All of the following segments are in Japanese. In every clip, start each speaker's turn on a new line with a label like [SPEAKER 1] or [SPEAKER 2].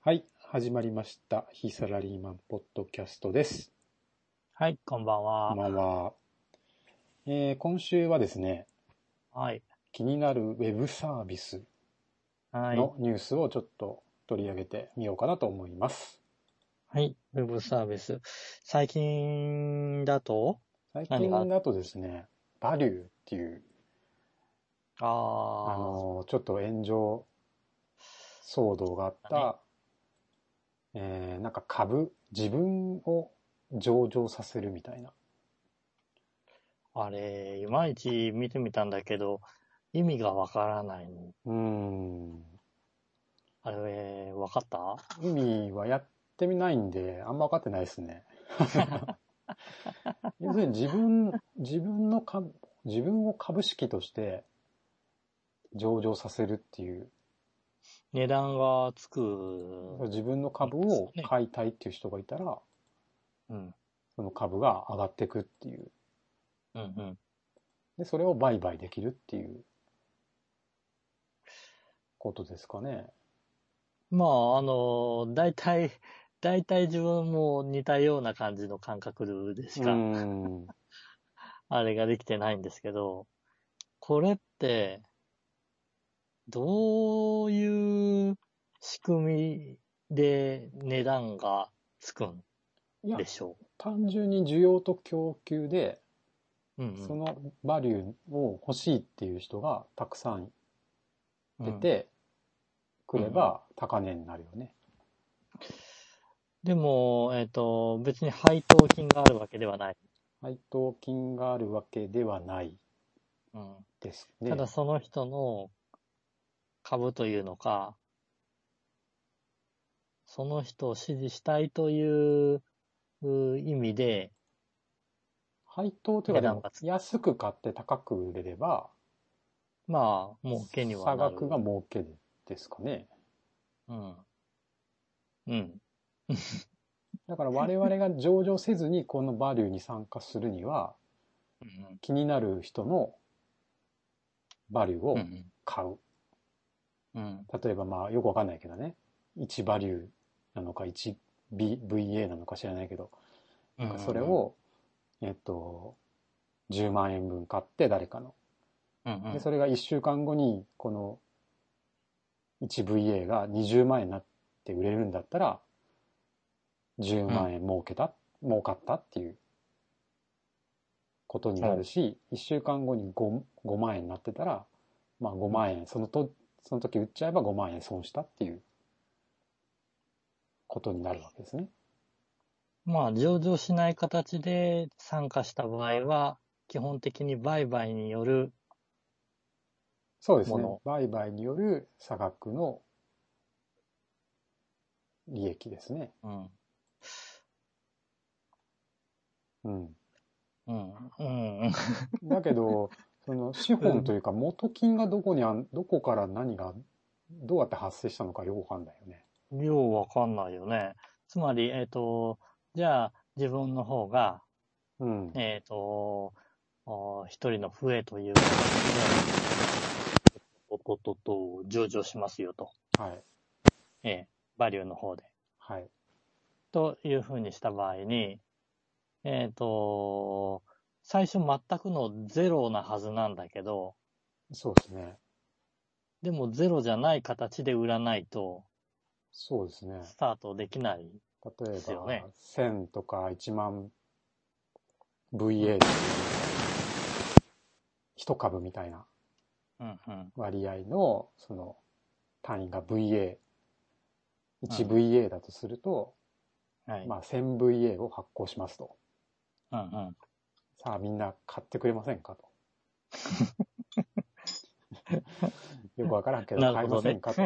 [SPEAKER 1] はい、始まりました。非サラリーマンポッドキャストです。
[SPEAKER 2] はい、こんばん
[SPEAKER 1] こ
[SPEAKER 2] は
[SPEAKER 1] ん。ばんは。えー今週はですね、
[SPEAKER 2] はい。
[SPEAKER 1] 気になるウェブサービス
[SPEAKER 2] はい。
[SPEAKER 1] のニュースをちょっと取り上げてみようかなと思います。
[SPEAKER 2] はい。ウェブサービス。最近だと、
[SPEAKER 1] 最
[SPEAKER 2] 何が
[SPEAKER 1] 近だとですね、バリューっていう、
[SPEAKER 2] あ
[SPEAKER 1] あ
[SPEAKER 2] あ、
[SPEAKER 1] のー、ちょっと炎上騒動があった、
[SPEAKER 2] は
[SPEAKER 1] えーなんか株、自分を上場させるみたいな。
[SPEAKER 2] あれ、いまいち見てみたんだけど、意味がわからない。
[SPEAKER 1] うーん。
[SPEAKER 2] あれ、わかった
[SPEAKER 1] 意味はやってみないんで、あんま分かってないですね。要するに自分、自分の株、自分を株式として上場させるっていう、
[SPEAKER 2] 値段がつく。
[SPEAKER 1] 自分の株を買いたいっていう人がいたら、
[SPEAKER 2] うん。
[SPEAKER 1] その株が上がってくっていう。
[SPEAKER 2] うんうん。
[SPEAKER 1] で、それを売買できるっていうことですかね。
[SPEAKER 2] まあ、あの、大体、大体自分も似たような感じの感覚でし
[SPEAKER 1] う
[SPEAKER 2] か、
[SPEAKER 1] ーん。
[SPEAKER 2] あれができてないんですけど、これって、どういう仕組みで値段がつくん
[SPEAKER 1] いや
[SPEAKER 2] で、しょ
[SPEAKER 1] 単純に需要と供給で、
[SPEAKER 2] う。うんうん
[SPEAKER 1] そのバリューを欲しいっていう人がたくさん出
[SPEAKER 2] うん
[SPEAKER 1] てくれば高値になるよね。
[SPEAKER 2] でも、えっ、と、別に配当金があるわけではない。
[SPEAKER 1] 配当金があるわけではない
[SPEAKER 2] うん
[SPEAKER 1] ですね。
[SPEAKER 2] ただその人の株というのか、その人を支持したいというう意味で、
[SPEAKER 1] 配当というかで
[SPEAKER 2] 値段
[SPEAKER 1] も
[SPEAKER 2] がつ
[SPEAKER 1] 安く買って高く売れれば
[SPEAKER 2] まあ、儲けには
[SPEAKER 1] 差
[SPEAKER 2] なる。
[SPEAKER 1] 額が儲けですかね。
[SPEAKER 2] うん。うん。
[SPEAKER 1] だから我々が上場せずにこのバリューに参加するには
[SPEAKER 2] うん
[SPEAKER 1] 気になる人のバリュー
[SPEAKER 2] う
[SPEAKER 1] を
[SPEAKER 2] ん。
[SPEAKER 1] 買う。
[SPEAKER 2] うん。
[SPEAKER 1] 例えばまあよくわかんないけどね1バリューなのか 1VA なのか知らないけど
[SPEAKER 2] うん
[SPEAKER 1] それ、をえっと10万円分買って誰かの
[SPEAKER 2] うんうん
[SPEAKER 1] でそれが1週間後にこの 1VA が20万円になって売れるんだったら10万円儲けた、儲かったっていうことになるし、1週間後に 5, 5万円になってたら、まあ、5万円そのとその時売っちゃえば5万円損したっていうことになるわけですね。
[SPEAKER 2] まあ、上場しない形で参加した場合は、基本的に売買による、
[SPEAKER 1] そうです
[SPEAKER 2] も
[SPEAKER 1] ね
[SPEAKER 2] の。
[SPEAKER 1] 売買による差額の利益ですね。
[SPEAKER 2] うん、
[SPEAKER 1] うん。
[SPEAKER 2] うん、うん、
[SPEAKER 1] だけ ど、その資本というか元金がどこにあん、どこから何が、どうやって発生したのかよくわかんないよね。
[SPEAKER 2] うん。ようわかんないよね。つまり、えっ、と、じゃあ、自分の方が、
[SPEAKER 1] うん。
[SPEAKER 2] えっ、と、お一人の増えという形で、おっとっとっと、上場しますよと。
[SPEAKER 1] はい。
[SPEAKER 2] ええバリューの方で。
[SPEAKER 1] はい。
[SPEAKER 2] というふうにした場合に、えっ、と、最初全くのゼロなはずなんだけど、
[SPEAKER 1] そうですね。
[SPEAKER 2] でもゼロじゃない形で売らないと
[SPEAKER 1] そうですね。
[SPEAKER 2] スタートできない。
[SPEAKER 1] 例
[SPEAKER 2] です
[SPEAKER 1] え
[SPEAKER 2] よ
[SPEAKER 1] ば、
[SPEAKER 2] ね
[SPEAKER 1] 1000とか1万 VA っていう一株みたいな
[SPEAKER 2] うんうん。
[SPEAKER 1] 割合の、その、単位が VA、
[SPEAKER 2] うん
[SPEAKER 1] 1VA だとすると、
[SPEAKER 2] はい。
[SPEAKER 1] まあ 1000VA を発行しますと。
[SPEAKER 2] うんうん。
[SPEAKER 1] さあみんな買ってくれません かと。よくわからんけど
[SPEAKER 2] な
[SPEAKER 1] 買
[SPEAKER 2] る
[SPEAKER 1] い
[SPEAKER 2] ほ
[SPEAKER 1] ま
[SPEAKER 2] ど
[SPEAKER 1] せ
[SPEAKER 2] ね
[SPEAKER 1] んかと。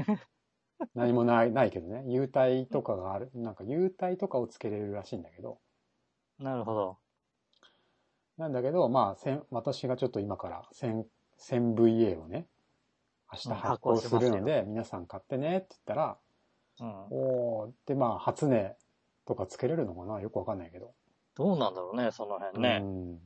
[SPEAKER 1] 何もない、ないけどね。優待とかがある。なんか優待とかをつけれるらしいんだけど。
[SPEAKER 2] なるほど。
[SPEAKER 1] なんだけど、まあ、せん私がちょっと今から 1000, 1000VA をね、明
[SPEAKER 2] う
[SPEAKER 1] 日
[SPEAKER 2] ん
[SPEAKER 1] 発
[SPEAKER 2] 発
[SPEAKER 1] 行
[SPEAKER 2] 行
[SPEAKER 1] す
[SPEAKER 2] します
[SPEAKER 1] る
[SPEAKER 2] よ
[SPEAKER 1] ので、皆さん買ってねって言ったら、
[SPEAKER 2] うん。
[SPEAKER 1] おー、で、まあ、初値とかつけれるのかなよくわかんないけど。
[SPEAKER 2] どうなんだろうね、その辺ね
[SPEAKER 1] う。ん。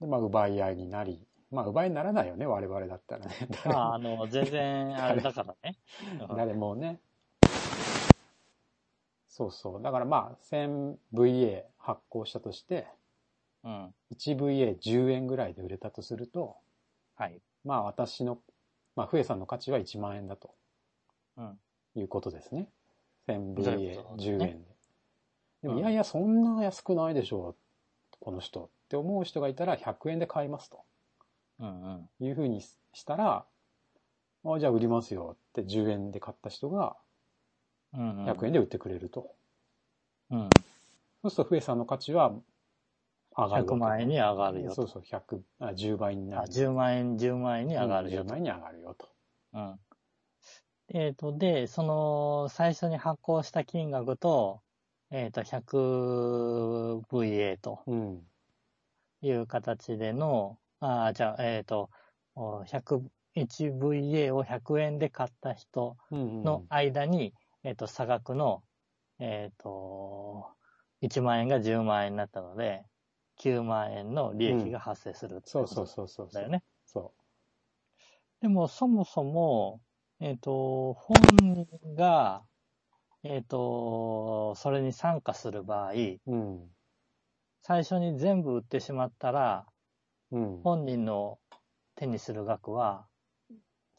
[SPEAKER 1] で、まあ、奪い合いになり、まあ、奪いにならないよね、我々だったらね。
[SPEAKER 2] まあ、あの、全然、あれだからね。うん
[SPEAKER 1] 誰もね、そうそう。だからまあ、1000VA 発行したとして、
[SPEAKER 2] うん。
[SPEAKER 1] 1VA10 円ぐらいで売れたとすると、
[SPEAKER 2] はい。
[SPEAKER 1] まあ私の、まあ、ふえさんの価値は1万円だと
[SPEAKER 2] うん。
[SPEAKER 1] いうことですね。
[SPEAKER 2] そういうことです
[SPEAKER 1] 1000VA10
[SPEAKER 2] ね
[SPEAKER 1] 円で。で
[SPEAKER 2] う
[SPEAKER 1] も、
[SPEAKER 2] ん
[SPEAKER 1] いやいや、そんな安くないでしょう、この人って思う人がいたら100円で買いますと
[SPEAKER 2] うんうん。
[SPEAKER 1] いうふうにしたら、あじゃあ売りますよって10円で買った人が
[SPEAKER 2] うん、うん。
[SPEAKER 1] 100円で売ってくれると。
[SPEAKER 2] うん。
[SPEAKER 1] そうすると、ふえさんの価値は上がるわけ。
[SPEAKER 2] 100万円に上がるよ
[SPEAKER 1] そ
[SPEAKER 2] と。
[SPEAKER 1] うそう、100、あ10倍に
[SPEAKER 2] あ
[SPEAKER 1] なる。
[SPEAKER 2] 10万円、10万円に上がるよ
[SPEAKER 1] 10
[SPEAKER 2] と。
[SPEAKER 1] 倍に上がるよと。
[SPEAKER 2] うん。えっ、と、で、その、最初に発行した金額と、えっ、と、100VA と
[SPEAKER 1] うん。
[SPEAKER 2] いう形での、あーじゃあ、えっ、と、お 101VA を100円で買った人
[SPEAKER 1] うん、うん。
[SPEAKER 2] の間に、えっ、と、差額の、えっ、と、1万円が10万円になったので、9万円の利益が発生する、
[SPEAKER 1] そうそうそうそうそう。
[SPEAKER 2] だよね。
[SPEAKER 1] そ
[SPEAKER 2] でも、そもそも、えっ、と、本人が、えっ、と、それに参加する場合、
[SPEAKER 1] う。うん。
[SPEAKER 2] 最初に全部売ってしまったら、
[SPEAKER 1] うん。
[SPEAKER 2] 本人の手にする額は、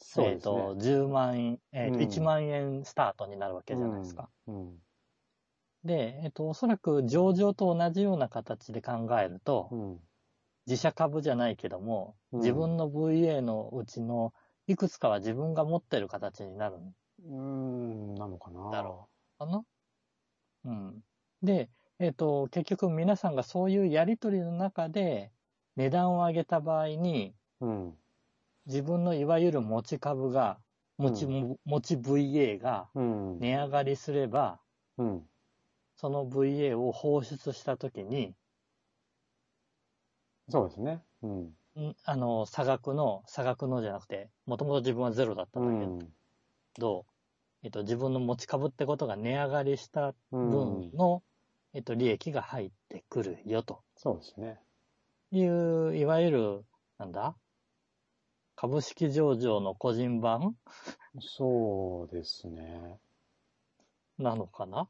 [SPEAKER 1] そう
[SPEAKER 2] えっ、
[SPEAKER 1] ですね。
[SPEAKER 2] と、10万円、えーと
[SPEAKER 1] うん
[SPEAKER 2] 1万円スタートになるわけじゃないですか。
[SPEAKER 1] うん。
[SPEAKER 2] で、えっ、と、おそらく上場と同じような形で考えると、
[SPEAKER 1] うん。うん。
[SPEAKER 2] 自社株じゃないけども、
[SPEAKER 1] うん
[SPEAKER 2] 自分の VA のうちのいくつかは自分が持ってる形になる
[SPEAKER 1] うーん、なのかな。
[SPEAKER 2] だろかな。うん。で、えっ、と、結局皆さんがそういうやりとりの中で値段を上げた場合に、
[SPEAKER 1] う。ん。
[SPEAKER 2] 自分のいわゆる持ち株が、持ち、
[SPEAKER 1] う
[SPEAKER 2] 持ち VA が
[SPEAKER 1] うん。
[SPEAKER 2] 値上がりすれば、
[SPEAKER 1] うん。
[SPEAKER 2] その VA を放出したときに、
[SPEAKER 1] そうですね。うん。
[SPEAKER 2] んあの、差額の、差額のじゃなくて、もともと自分はゼロだった
[SPEAKER 1] うん
[SPEAKER 2] だ
[SPEAKER 1] ん。
[SPEAKER 2] けど、えっと、自分の持ち株ってことが値上がりした
[SPEAKER 1] うん
[SPEAKER 2] 分。の、えっと、利益が入ってくるよと。
[SPEAKER 1] そうですね。
[SPEAKER 2] いう、いわゆる、なんだ株式上場の個人版
[SPEAKER 1] そうですね。
[SPEAKER 2] なのかな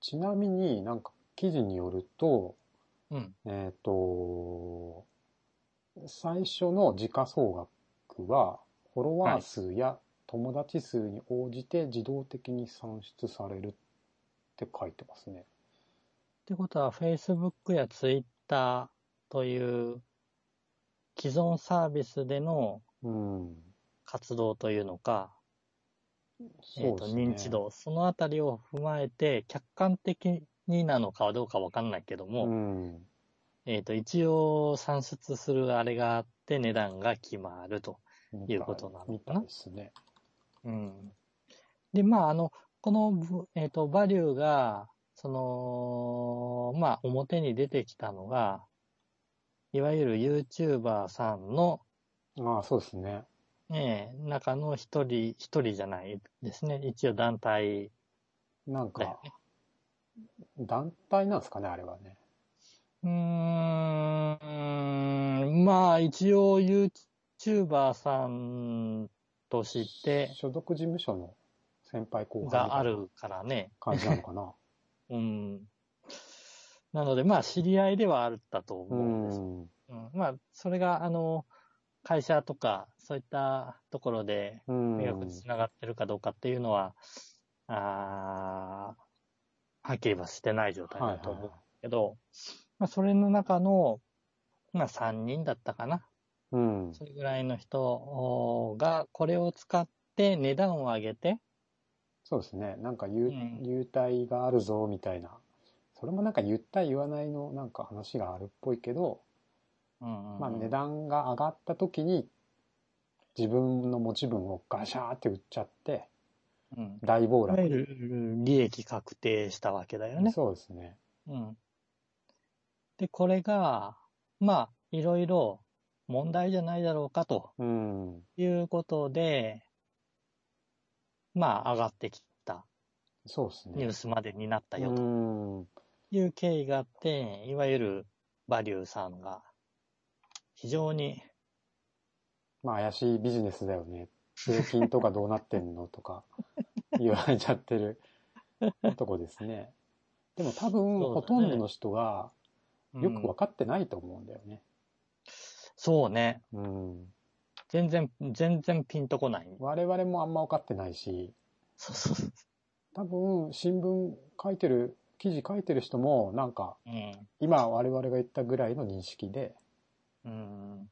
[SPEAKER 1] ちなみになんか記事によると、
[SPEAKER 2] うん。
[SPEAKER 1] えっ、と、最初の時価総額は、フォロワー数や友達数に応じて自動的に算出されるって書いてますね。
[SPEAKER 2] ってことは、Facebook や Twitter という既存サービスでの
[SPEAKER 1] うん。
[SPEAKER 2] 活動というのか、え
[SPEAKER 1] そ
[SPEAKER 2] ー
[SPEAKER 1] う
[SPEAKER 2] と
[SPEAKER 1] ですね。
[SPEAKER 2] 認知。度、そのあたりを踏まえて、客観的になのかはどうかわかんないけども、
[SPEAKER 1] うん。
[SPEAKER 2] えーと一応算出するあれがあって値段が決まると。いうことなのかな
[SPEAKER 1] みたいですね。
[SPEAKER 2] うんで、まあ、あの、このぶ、えっ、と、バリューが、その、まあ、表に出てきたのが、いわゆる YouTuber さんの、
[SPEAKER 1] ああ、そうですね。
[SPEAKER 2] えー中の一人、一人じゃないですね。一応団体
[SPEAKER 1] なん
[SPEAKER 2] だよ
[SPEAKER 1] か、
[SPEAKER 2] ね。
[SPEAKER 1] 団体なんですかね、あれはね。
[SPEAKER 2] うーん、まあ、一応 YouTuber さんとして
[SPEAKER 1] 所属事務所の先輩後輩みたい
[SPEAKER 2] が
[SPEAKER 1] な
[SPEAKER 2] あるからね。
[SPEAKER 1] 感じなのかな。
[SPEAKER 2] うん。なので、まあ、知り合いではあったと
[SPEAKER 1] う
[SPEAKER 2] 思 うんです
[SPEAKER 1] ん。
[SPEAKER 2] うん、まあ、それが、あの、会社とか、そういったところで、
[SPEAKER 1] うん。
[SPEAKER 2] 迷惑につながってるかどうかっていうのは、あーはっきりはしてない状態
[SPEAKER 1] はいは
[SPEAKER 2] だ
[SPEAKER 1] い
[SPEAKER 2] と思う
[SPEAKER 1] はい。
[SPEAKER 2] けど、まあ、それの中の、まあ、3人だったかな。
[SPEAKER 1] うん。
[SPEAKER 2] それぐらいの人が、これを使って値段を上げて、
[SPEAKER 1] そうですね。なんか優,、
[SPEAKER 2] うん
[SPEAKER 1] 優待があるぞ、みたいな。それもなんか言った言わないのなんか話があるっぽいけど、
[SPEAKER 2] うんうんうん
[SPEAKER 1] まあ値段が上がった時に自分の持ち分をガシャーって売っちゃって、
[SPEAKER 2] うん
[SPEAKER 1] 大暴
[SPEAKER 2] いわゆ
[SPEAKER 1] 落。
[SPEAKER 2] る利益確定したわけだよね。
[SPEAKER 1] そうですね。
[SPEAKER 2] うん。で、これが、まあ、いろいろ問題じゃないだろうかと
[SPEAKER 1] うん。
[SPEAKER 2] いうことで、まあ、上がってきた
[SPEAKER 1] そうですね。
[SPEAKER 2] ニュースまでになったよ
[SPEAKER 1] う
[SPEAKER 2] と
[SPEAKER 1] ん。
[SPEAKER 2] いう経緯があって、いわゆるバリューさんが非常に、
[SPEAKER 1] まあ怪しいビジネスだよね。税金とかどうなってんのとか言われちゃってるのとこですね。でも多分、
[SPEAKER 2] そうだね
[SPEAKER 1] ほとんどの人がよく
[SPEAKER 2] う
[SPEAKER 1] 分
[SPEAKER 2] ん
[SPEAKER 1] かってないと思うんだよね。
[SPEAKER 2] そうね。
[SPEAKER 1] うん。
[SPEAKER 2] 全然、全然ピンとこない。
[SPEAKER 1] 我々もあんま分かってないし、
[SPEAKER 2] そうそうそう。
[SPEAKER 1] 多分、新聞書いてる、記事書いてる人も、なんか、
[SPEAKER 2] うん。
[SPEAKER 1] 今我々が言ったぐらいの認識で、
[SPEAKER 2] うん。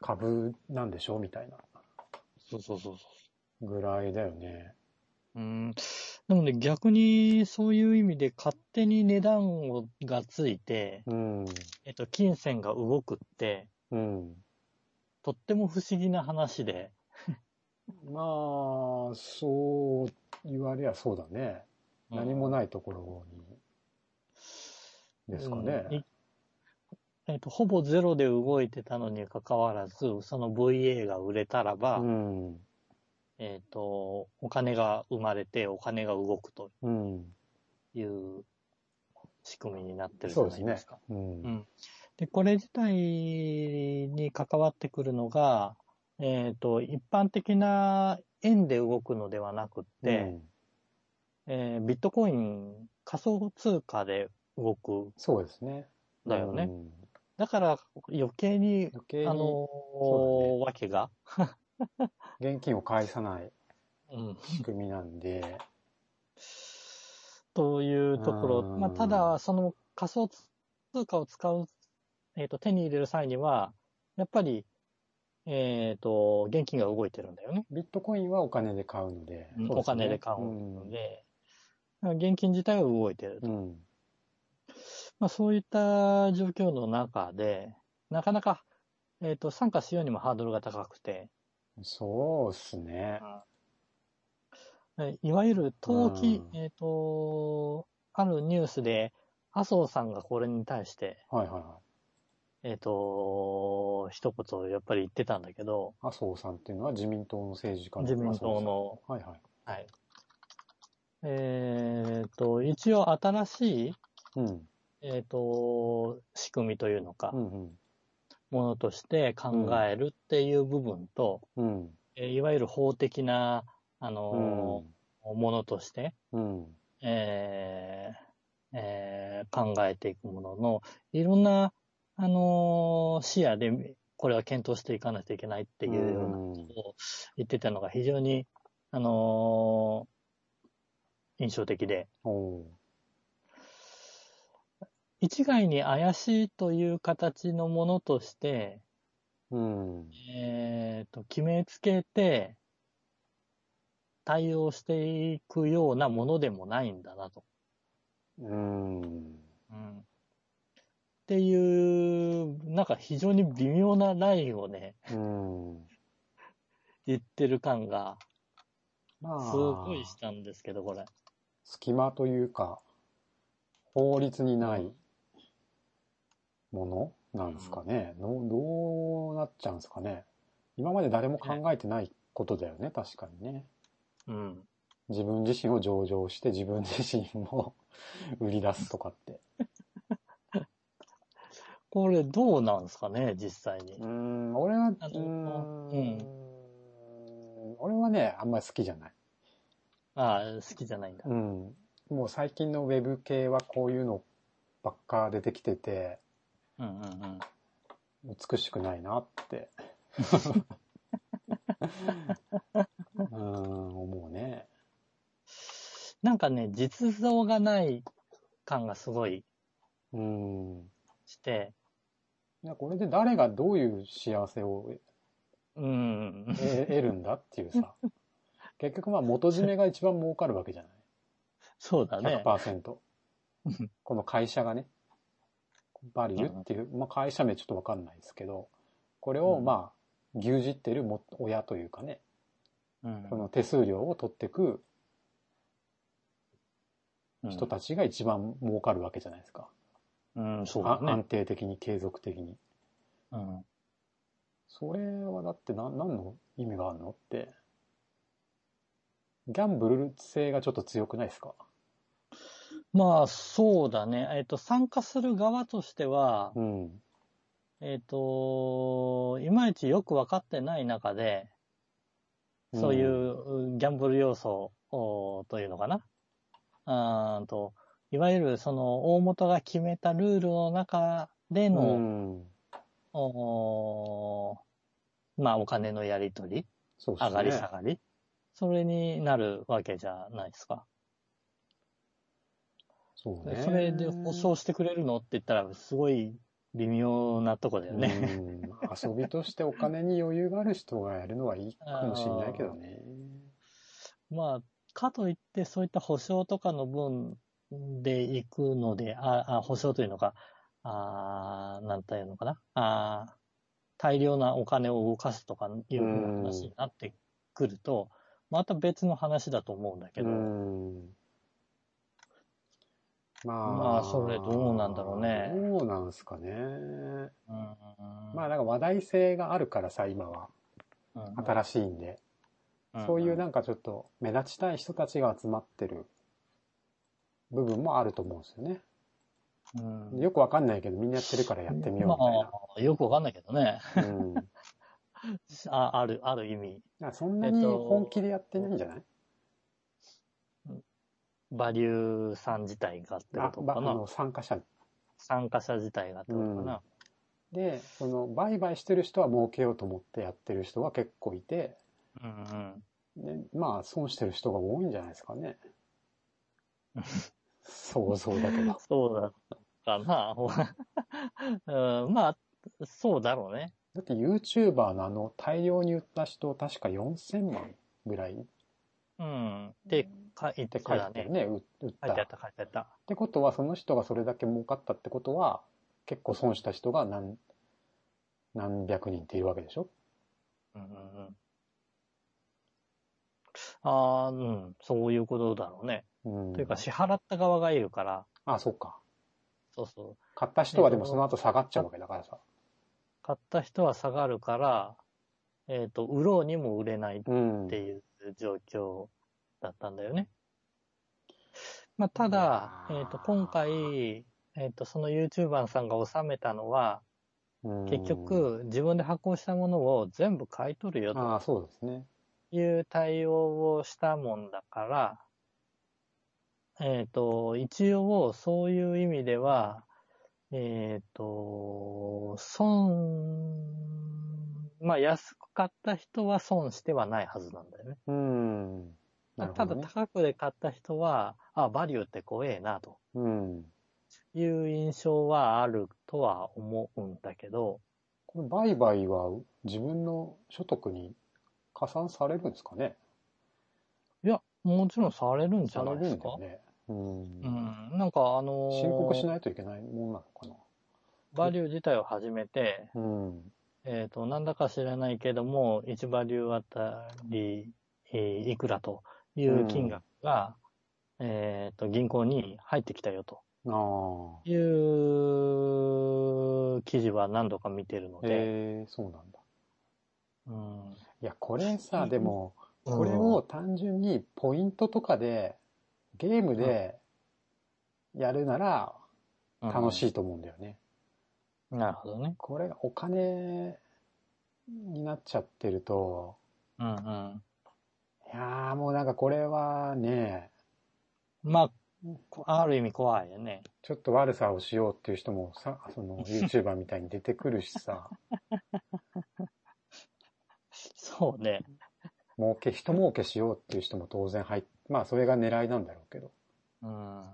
[SPEAKER 1] 株なんでしょうみたいな
[SPEAKER 2] そうそうそうそ
[SPEAKER 1] ぐらいだよね。
[SPEAKER 2] う。うん。でもね、逆にそういう意味で勝手に値段をがついて、
[SPEAKER 1] うん。
[SPEAKER 2] えっと、金銭が動くって、
[SPEAKER 1] うん。
[SPEAKER 2] とっても不思議な話で、
[SPEAKER 1] まあ、そう言われやそうだね。何も
[SPEAKER 2] い
[SPEAKER 1] ないところに。ですかね。
[SPEAKER 2] いえっと、ほぼゼロで動いてたのにかかわらず、その VA が売れたらば、
[SPEAKER 1] うん。
[SPEAKER 2] えっと、お金が生まれて、お金が動くと
[SPEAKER 1] うん。
[SPEAKER 2] いう仕組みになってるじ
[SPEAKER 1] そ
[SPEAKER 2] ゃ
[SPEAKER 1] うで
[SPEAKER 2] な
[SPEAKER 1] す
[SPEAKER 2] いで
[SPEAKER 1] ね
[SPEAKER 2] すか。。
[SPEAKER 1] うん
[SPEAKER 2] うんで、これ自体に関わってくるのが、えっと、一般的な円で動くのではなくって、えービットコイン仮想通貨で動く。
[SPEAKER 1] そうですね。
[SPEAKER 2] だよね
[SPEAKER 1] うん
[SPEAKER 2] だから余計に、
[SPEAKER 1] 余計に
[SPEAKER 2] あ
[SPEAKER 1] う
[SPEAKER 2] の
[SPEAKER 1] だ
[SPEAKER 2] わけが、
[SPEAKER 1] 現金を返さない
[SPEAKER 2] うん、
[SPEAKER 1] 仕組みなんで、
[SPEAKER 2] というところ、
[SPEAKER 1] うん
[SPEAKER 2] まあ、ただ、その仮想通貨を使う、えっ、と、手に入れる際には、やっぱり、えっ、と、現金が動いてるんだよね。
[SPEAKER 1] ビットコインはお金で買うので、そうすね
[SPEAKER 2] お金で買うので、現金自体は動いてると。
[SPEAKER 1] うん。うん
[SPEAKER 2] まあ、そういった状況の中で、なかなか、えっ、と、参加しようにもハードルが高くて、
[SPEAKER 1] そうっすね。
[SPEAKER 2] えいわゆる投機、
[SPEAKER 1] うん
[SPEAKER 2] えっ、と、あるニュースで、麻生さんがこれに対して、
[SPEAKER 1] はいはいはい。
[SPEAKER 2] えっ、と、一言やっぱり言ってたんだけど、
[SPEAKER 1] 麻生さんっていうのは自民党の政治家
[SPEAKER 2] 自民党の、
[SPEAKER 1] 麻生さん。はいはい。
[SPEAKER 2] はい。えっ、と、一応新しい、
[SPEAKER 1] うん。
[SPEAKER 2] えっ、と、仕組みというのか、
[SPEAKER 1] うん
[SPEAKER 2] ものとして考えるっていう部分と、
[SPEAKER 1] うん。うん。
[SPEAKER 2] えーいわゆる法的な、あの
[SPEAKER 1] う
[SPEAKER 2] ーものとして、
[SPEAKER 1] ん。うん。
[SPEAKER 2] えーえー考えていくものの、いろんな、あのー視野で、これは検討していかないといけないっていうようなことを言ってたのが非常に、あのー印象的で、
[SPEAKER 1] おー
[SPEAKER 2] 一概に怪しいという形のものとして、
[SPEAKER 1] うん。
[SPEAKER 2] えっ、と、決めつけて、対応していくようなものでもないんだなと。
[SPEAKER 1] うん。
[SPEAKER 2] っていう、なんか非常に微妙なラインをね、
[SPEAKER 1] うん。
[SPEAKER 2] 言ってる感が、
[SPEAKER 1] ますあ
[SPEAKER 2] ご、いしたんですけど、これ。
[SPEAKER 1] 隙間というか、法律にないものなんですかね。のどうなっちゃうんですかね。今まで誰も考えてないことだよね、確かにね。
[SPEAKER 2] うん。
[SPEAKER 1] 自分自身を上場して自分自身を 売り出すとかって。
[SPEAKER 2] これどうなんですかね、実際に
[SPEAKER 1] う。ん、俺は、う
[SPEAKER 2] あ
[SPEAKER 1] ーん
[SPEAKER 2] のうん
[SPEAKER 1] 俺はね、あんまり好きじゃない。
[SPEAKER 2] ああ、好きじゃないんだ
[SPEAKER 1] う。ん。もう最近のウェブ系はこういうのばっか出てきてて、
[SPEAKER 2] うんうんうん。
[SPEAKER 1] 美しくないなって。うーん、思うね。
[SPEAKER 2] なんかね、実像がない感がすごい
[SPEAKER 1] うん。
[SPEAKER 2] して、
[SPEAKER 1] いやこれで誰がどういう幸せを
[SPEAKER 2] うん。
[SPEAKER 1] え得るんだっていうさ。結局まあ元締めが一番儲かるわけじゃ
[SPEAKER 2] そうだ
[SPEAKER 1] ない
[SPEAKER 2] ね。
[SPEAKER 1] ?100%
[SPEAKER 2] うん。
[SPEAKER 1] この会社がね、バリューっていう、まあ会社名ちょっとわかんないですけど、これを
[SPEAKER 2] うん
[SPEAKER 1] まあ牛耳ってるも親というかね、
[SPEAKER 2] うん
[SPEAKER 1] この手数料を取ってく人たちが一番儲かるわけじゃないですか。
[SPEAKER 2] うん、うん、そう
[SPEAKER 1] あ
[SPEAKER 2] だね。
[SPEAKER 1] 安定的に継続的に。
[SPEAKER 2] うん
[SPEAKER 1] それはだって何何の意味があるのって。ギャンブル性がちょっと強くないですか
[SPEAKER 2] まあ、そうだね。えっと、参加する側としては、
[SPEAKER 1] うん。
[SPEAKER 2] えっと、いまいちよく分かってない中で、そういううギャンブル要素をというのかな。うーんと、いわゆるその大元が決めたルールの中で
[SPEAKER 1] う
[SPEAKER 2] の、
[SPEAKER 1] ん。
[SPEAKER 2] おーまあお金のやり取り、
[SPEAKER 1] そうですね。
[SPEAKER 2] 上がり下がり、それになるわけじゃないですか。
[SPEAKER 1] そうね。
[SPEAKER 2] それで保証してくれるのって言ったら、すごい微妙なとこだよね。
[SPEAKER 1] うん遊びとしてお金に余裕がある人がやるのはいいかもしれないけどね。
[SPEAKER 2] まあ、かといって、そういった保証とかの分で行くので、ああ保証というのか、あーなんていうのかなあー、大量なお金を動かすとかいうふうな話になってくると、また別の話だと思うんだけど、
[SPEAKER 1] うんまあ、
[SPEAKER 2] まあそれどうなんだろうね
[SPEAKER 1] どうなんすかね。
[SPEAKER 2] うん
[SPEAKER 1] まあなんか話題性があるからさ、今は。
[SPEAKER 2] うん
[SPEAKER 1] 新しいんで。そういうなんかちょっと目立ちたい人たちが集まってる部分もあると思うんですよね。
[SPEAKER 2] うん
[SPEAKER 1] よくわかんないけどみんなやってるからやってみよ
[SPEAKER 2] まあ、よくわかんないけどね。
[SPEAKER 1] うみたいな。うん。だか
[SPEAKER 2] あある、ある意味、
[SPEAKER 1] らそんなに本気でやってないんじゃない、
[SPEAKER 2] バリューさん自体がってこ
[SPEAKER 1] あ
[SPEAKER 2] と
[SPEAKER 1] ば
[SPEAKER 2] か
[SPEAKER 1] あ
[SPEAKER 2] な。
[SPEAKER 1] の参加者
[SPEAKER 2] 参加者自体がってことかな。
[SPEAKER 1] で、その売買してる人は儲けようと思ってやってる人が結構いて、
[SPEAKER 2] うん
[SPEAKER 1] でまあ損してる人が多いんじゃないですか ね。想像だけど。
[SPEAKER 2] そうだかな。 うん、まあ、そうだろうね。
[SPEAKER 1] だって YouTuber のあの大量に売った人確か4000万ぐらいっ
[SPEAKER 2] うん。って書い
[SPEAKER 1] て
[SPEAKER 2] て
[SPEAKER 1] 書い
[SPEAKER 2] た
[SPEAKER 1] てる
[SPEAKER 2] ね。
[SPEAKER 1] ね、う売っ
[SPEAKER 2] 書いてあ
[SPEAKER 1] た
[SPEAKER 2] っ。た、書いてあった。
[SPEAKER 1] ってことは、その人がそれだけ儲かったってことは、結構損した人が何、何百人っているわけでしょ
[SPEAKER 2] うんうんうん。ああ、うん、そういうことだろうね。
[SPEAKER 1] うん。
[SPEAKER 2] というか、支払った側がいるから、
[SPEAKER 1] あ、そうか。
[SPEAKER 2] そうそう。
[SPEAKER 1] 買った人はでもその後下がっちゃうわけだからさ。
[SPEAKER 2] 買った人は下がるから、えっ、と、売ろうにも売れないっ
[SPEAKER 1] うん。
[SPEAKER 2] ていう状況だったんだよね。まあ、た
[SPEAKER 1] い
[SPEAKER 2] だ
[SPEAKER 1] や、
[SPEAKER 2] え
[SPEAKER 1] ー
[SPEAKER 2] っ、と、今回、えっ、と、その YouTuber さんが収めたのは、
[SPEAKER 1] うん
[SPEAKER 2] 結、局、自分で発行したものを全部買い取るよと
[SPEAKER 1] ああ、そうですね。
[SPEAKER 2] いう対応をしたもんだから、えっ、と、一応、そういう意味では、えっ、と、損、まあ、安く買った人は損してはないはずなんだよね。
[SPEAKER 1] うん。なるほ
[SPEAKER 2] た
[SPEAKER 1] ど、
[SPEAKER 2] だ、
[SPEAKER 1] ね。
[SPEAKER 2] 高くで買った人は、あ、バリューって怖えな、と
[SPEAKER 1] うん。
[SPEAKER 2] いう印象はあるとは思うんだけど、
[SPEAKER 1] この売買は自分の所得に加算されるんですかね
[SPEAKER 2] いや、もちろんされるんじ
[SPEAKER 1] さ
[SPEAKER 2] ゃな
[SPEAKER 1] れ
[SPEAKER 2] いで
[SPEAKER 1] る
[SPEAKER 2] す
[SPEAKER 1] んだ
[SPEAKER 2] か
[SPEAKER 1] よ。ね。うん。
[SPEAKER 2] うん、なんかあのー
[SPEAKER 1] 申告しないといけないもんなのかな
[SPEAKER 2] バリュー自体を始めて、
[SPEAKER 1] うん。
[SPEAKER 2] えっ、と、なんだか知らないけども、1バリューあたり、えーいくらという金額が、えっ、と、銀行に入ってきたよと
[SPEAKER 1] ああ。
[SPEAKER 2] いう記事は何度か見てるので、
[SPEAKER 1] ええそうなんだ。
[SPEAKER 2] うん
[SPEAKER 1] いや、これさ、
[SPEAKER 2] うん
[SPEAKER 1] でも、これを、単純にポイントとかで、ゲームでやるなら楽し
[SPEAKER 2] い。
[SPEAKER 1] いと思うんだよね。
[SPEAKER 2] なるほどね。
[SPEAKER 1] これがお金になっちゃってると、
[SPEAKER 2] うんうん。
[SPEAKER 1] いやーもうなんかこれはね、
[SPEAKER 2] まあ、こある意味怖いよね。
[SPEAKER 1] ちょっと悪さをしようっていう人もさ、そ の YouTuber みたいに出てくるしさ、
[SPEAKER 2] そうね。
[SPEAKER 1] 儲け、人儲けしようっていう人も当然入っまあそれが狙いなんだろうけど。
[SPEAKER 2] うん。
[SPEAKER 1] なん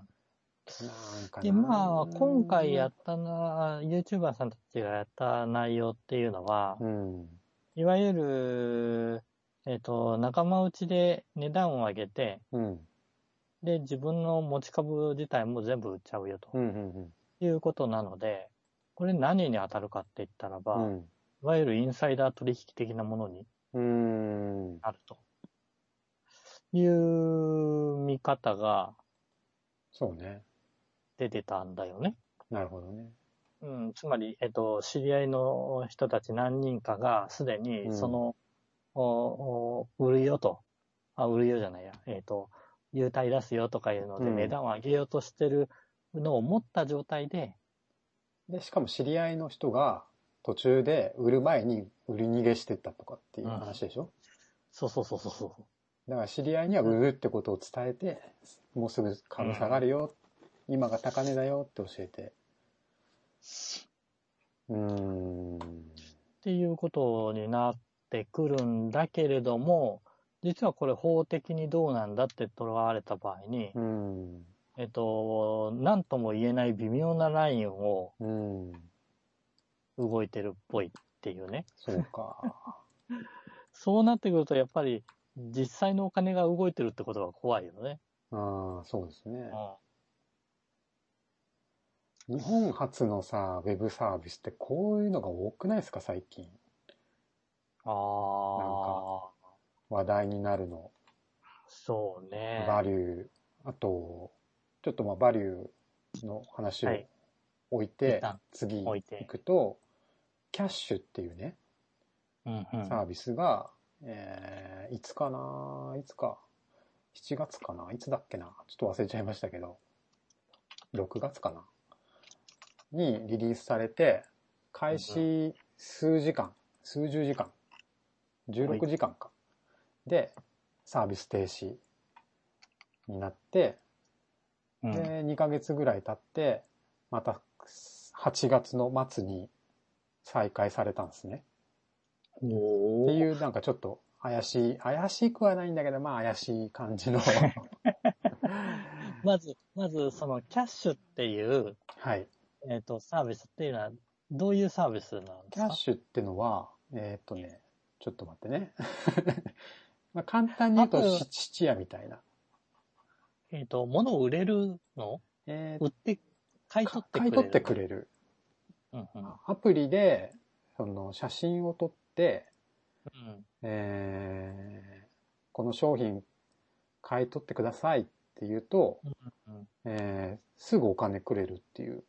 [SPEAKER 1] かな
[SPEAKER 2] で、まあ、今回やったな、YouTuber さんたちがやった内容っていうのは、
[SPEAKER 1] うん。
[SPEAKER 2] いわゆる、えっ、と、仲間内で値段を上げて、
[SPEAKER 1] うん。
[SPEAKER 2] で、自分の持ち株自体も全部売っちゃうよ
[SPEAKER 1] う
[SPEAKER 2] と
[SPEAKER 1] ん。うん。
[SPEAKER 2] いうことなので、これ何に当たるかって言ったらば、
[SPEAKER 1] う
[SPEAKER 2] い
[SPEAKER 1] ん。
[SPEAKER 2] わゆるインサイダー取引的なものに
[SPEAKER 1] うん。うん。
[SPEAKER 2] なるという見方が
[SPEAKER 1] そうね。
[SPEAKER 2] 出てたんだよね。
[SPEAKER 1] なるほどね。
[SPEAKER 2] うん、つまり、えっと、知り合いの人たち何人かがすで
[SPEAKER 1] うん
[SPEAKER 2] に、その、おお売るよと、あ、売るよじゃないや、えっと、優待出すよとかいうので、
[SPEAKER 1] うん
[SPEAKER 2] 値段を上げようとしてるのを持った状態で、
[SPEAKER 1] で、しかも知り合いの人が途中で売る前に売り逃げしてったとかっていう話でしょ、
[SPEAKER 2] そうそうそうそうそ
[SPEAKER 1] だから知り合いには売るってことを伝えて、もうすぐ株下がるよ、今が高値だよって教えて。うーん。
[SPEAKER 2] っていうことになってくるんだけれども、実はこれ法的にどうなんだってとらわれた場合に
[SPEAKER 1] う、ん。
[SPEAKER 2] えっと、何とも言えない微妙なラインを
[SPEAKER 1] うん。
[SPEAKER 2] 動いてるっぽいっていうね。
[SPEAKER 1] そう か。
[SPEAKER 2] そうなってくると、やっぱり実際のお金が動いてるってことが怖いよね。
[SPEAKER 1] ああ、そうです
[SPEAKER 2] う
[SPEAKER 1] ね
[SPEAKER 2] ん。。
[SPEAKER 1] 日本初のさ、ウェブサービスってこういうのが多くないですか、最近。
[SPEAKER 2] ああ、
[SPEAKER 1] 話題になるの。
[SPEAKER 2] そうね。
[SPEAKER 1] バリュー。あと、ちょっとまあ、バリューの話を
[SPEAKER 2] はい
[SPEAKER 1] 置いて、
[SPEAKER 2] 一旦
[SPEAKER 1] 次
[SPEAKER 2] 置い
[SPEAKER 1] 行
[SPEAKER 2] て
[SPEAKER 1] くと、キャッシュっていうね、
[SPEAKER 2] うんうん。
[SPEAKER 1] サービスが、えーいつかないつか、7月かないつだっけなちょっと忘れちゃいましたけど、6月かなにリリースされて、開始数時間、数十時間、16時間か。で、サービス停止になって、
[SPEAKER 2] うん
[SPEAKER 1] で、2ヶ月ぐらい経って、また8月の末に再開されたんですね。
[SPEAKER 2] お
[SPEAKER 1] って
[SPEAKER 2] ー
[SPEAKER 1] いう、なんかちょっと怪しい、怪しくはないんだけど、まあ怪しい感じの。
[SPEAKER 2] まず、まず、そのキャッシュっていう、
[SPEAKER 1] はい。
[SPEAKER 2] えっ、と、サービスっていうのは、どういうサービスなんですか
[SPEAKER 1] キャッシュってのは、えーっとね、ちょっと待ってね。 まあ簡単に言う
[SPEAKER 2] あと
[SPEAKER 1] と、し質屋みたいな。
[SPEAKER 2] えっ、と、物を売れるの
[SPEAKER 1] えー
[SPEAKER 2] 売って、買い
[SPEAKER 1] か
[SPEAKER 2] 取ってくれ
[SPEAKER 1] 買い
[SPEAKER 2] る。
[SPEAKER 1] 取ってくれる。
[SPEAKER 2] うんうん。
[SPEAKER 1] アプリで、その写真を撮って、
[SPEAKER 2] うん
[SPEAKER 1] えーこの商品買い取ってくださいって言うと、
[SPEAKER 2] うん
[SPEAKER 1] えーすぐお金くれるっていう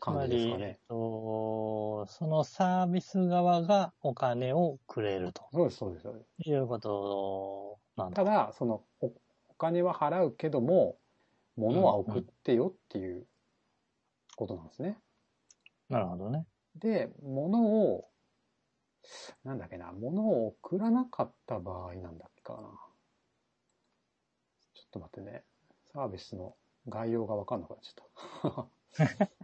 [SPEAKER 2] つま
[SPEAKER 1] 感じです
[SPEAKER 2] り、
[SPEAKER 1] か
[SPEAKER 2] え
[SPEAKER 1] ね
[SPEAKER 2] っ。と、そのサービス側がお金をくれると
[SPEAKER 1] そうです、そうです、そうです。
[SPEAKER 2] いうことなんだ。
[SPEAKER 1] ただ、そのお、お金は払うけども、物は送ってよっていうことなんですね。
[SPEAKER 2] なるほどね。
[SPEAKER 1] で、物を、なんだっけな、物を送らなかった場合なんだっけかな。ちょっと待ってね。サービスの概要がわかんなくなっちゃった。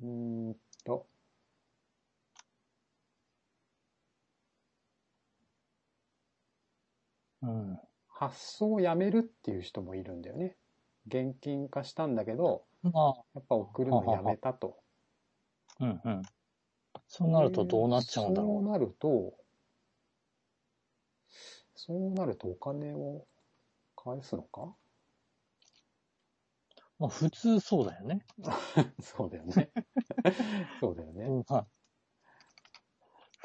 [SPEAKER 1] うーんと。
[SPEAKER 2] うん。
[SPEAKER 1] 発送をやめるっていう人もいるんだよね。現金化したんだけど、
[SPEAKER 2] まあ、
[SPEAKER 1] やっぱ送るのやめたと。
[SPEAKER 2] うんうん。そうなるとどうなっちゃうんだ
[SPEAKER 1] そう
[SPEAKER 2] ろ
[SPEAKER 1] なると、そうなるとお金を返すのか
[SPEAKER 2] う。まあ、普通そうだよね。
[SPEAKER 1] そうだよね。 そうだよね。
[SPEAKER 2] うんまあ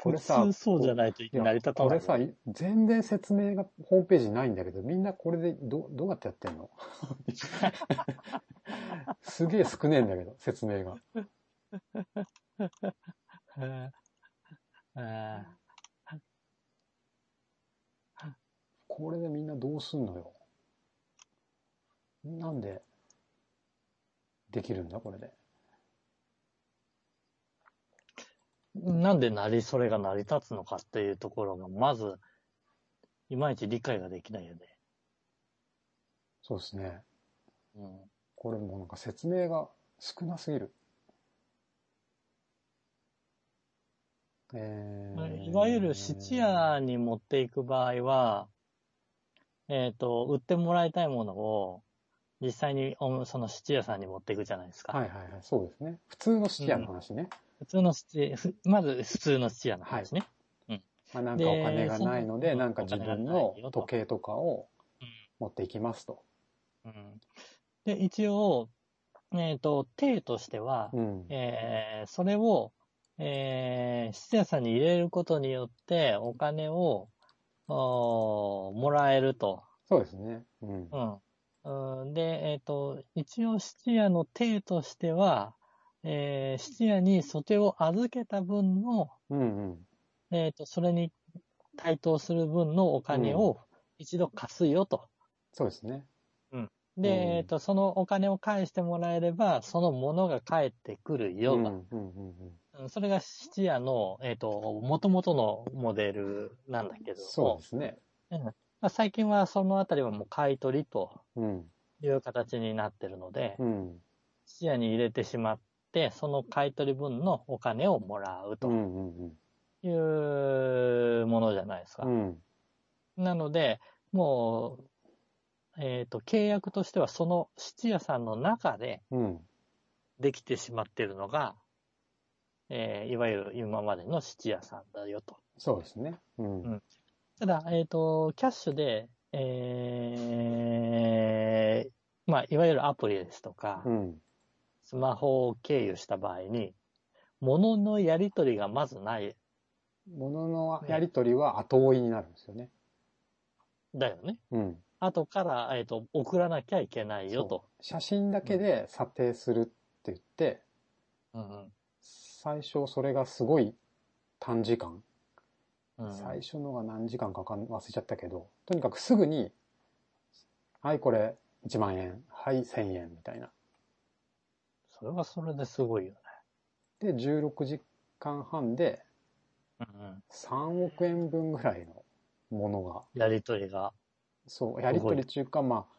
[SPEAKER 1] これさ
[SPEAKER 2] 普通そうじゃないと
[SPEAKER 1] いや
[SPEAKER 2] 成り立たない。
[SPEAKER 1] これさ、全然説明がホームページにないんだけど、みんなこれでどどうやってやってんの すげえ少ねえんだけど、説明が。
[SPEAKER 2] うんうん
[SPEAKER 1] これでみんなどうすんのよ。なんで、できるんだ、これで。
[SPEAKER 2] なんでなり、それが成り立つのかっていうところが、まず、いまいち理解ができないよね。
[SPEAKER 1] そうですね。
[SPEAKER 2] うん。
[SPEAKER 1] これもうなんか説明が少なすぎる。えー
[SPEAKER 2] いわゆる質屋に持っていく場合は、えっ、と、売ってもらいたいものを、実際におその質屋さんに持っていくじゃないですか。
[SPEAKER 1] はいはいはい、そうですね。普通の質屋の話ね。
[SPEAKER 2] 普通の質屋、ふまず普通の質屋なんですね。
[SPEAKER 1] まあなんかお金が
[SPEAKER 2] で
[SPEAKER 1] ないので、
[SPEAKER 2] その
[SPEAKER 1] なんか自分の時計とかを
[SPEAKER 2] うん
[SPEAKER 1] 持っていきますと。
[SPEAKER 2] うんで、一応、えっ、と、体としては、
[SPEAKER 1] うん。
[SPEAKER 2] えーそれを、えー、質屋さんに入れることによって、お金を、おーもらえると。
[SPEAKER 1] そうですね。うん。
[SPEAKER 2] うん。うん、で、えっ、と、一応質屋の体としては、えー質屋に素手を預けた分の、
[SPEAKER 1] うんうん。
[SPEAKER 2] えっ、と、それに対等する分のお金を一度貸すよと。
[SPEAKER 1] そうですね。
[SPEAKER 2] で、
[SPEAKER 1] うん
[SPEAKER 2] えっと、そのお金を返してもらえれば、そのものが返ってくるよ、が
[SPEAKER 1] うんうんうんうん
[SPEAKER 2] うんそれが質屋の、えっ、と、元々のモデルなんだけど、
[SPEAKER 1] そうですね。
[SPEAKER 2] まあ、最近はそのあたりはもう買い取りと
[SPEAKER 1] うん。
[SPEAKER 2] いう形になってるので、
[SPEAKER 1] うん。
[SPEAKER 2] 質屋に入れてしまって、その買い取り分のお金をもらう
[SPEAKER 1] う
[SPEAKER 2] と
[SPEAKER 1] んうん
[SPEAKER 2] いうものじゃないですか。
[SPEAKER 1] うん。うん。
[SPEAKER 2] なので、もう、えっ、と、契約としてはその質屋さんの中で
[SPEAKER 1] うん。
[SPEAKER 2] できてしまっているのが、えーいわゆる今までの質屋さんだよと。
[SPEAKER 1] そうですね。うん。
[SPEAKER 2] うんただ、えっ、と、キャッシュで、えーまあ、いわゆるアプリですとか、
[SPEAKER 1] うん。
[SPEAKER 2] スマホを経由した場合に、物のやり取りがまずない、
[SPEAKER 1] もののやりとりは後追いになるんですよね。
[SPEAKER 2] だよね。
[SPEAKER 1] うん。
[SPEAKER 2] 後から、えっ、と、送らなきゃいけないよと。
[SPEAKER 1] 写真だけで査定するって言って、
[SPEAKER 2] うん
[SPEAKER 1] 最初それがすごい短時間。
[SPEAKER 2] うんうん
[SPEAKER 1] 最初のが何時間かかん忘れちゃったけど、とにかくすぐに、はい、これ1万円、はい、1000円みたいな。
[SPEAKER 2] それはそれですごいよね。
[SPEAKER 1] で、16時間半で
[SPEAKER 2] うんうん、
[SPEAKER 1] 3億円分ぐらいのものが、
[SPEAKER 2] やり取りが。
[SPEAKER 1] そう、やり取り中か、まあ、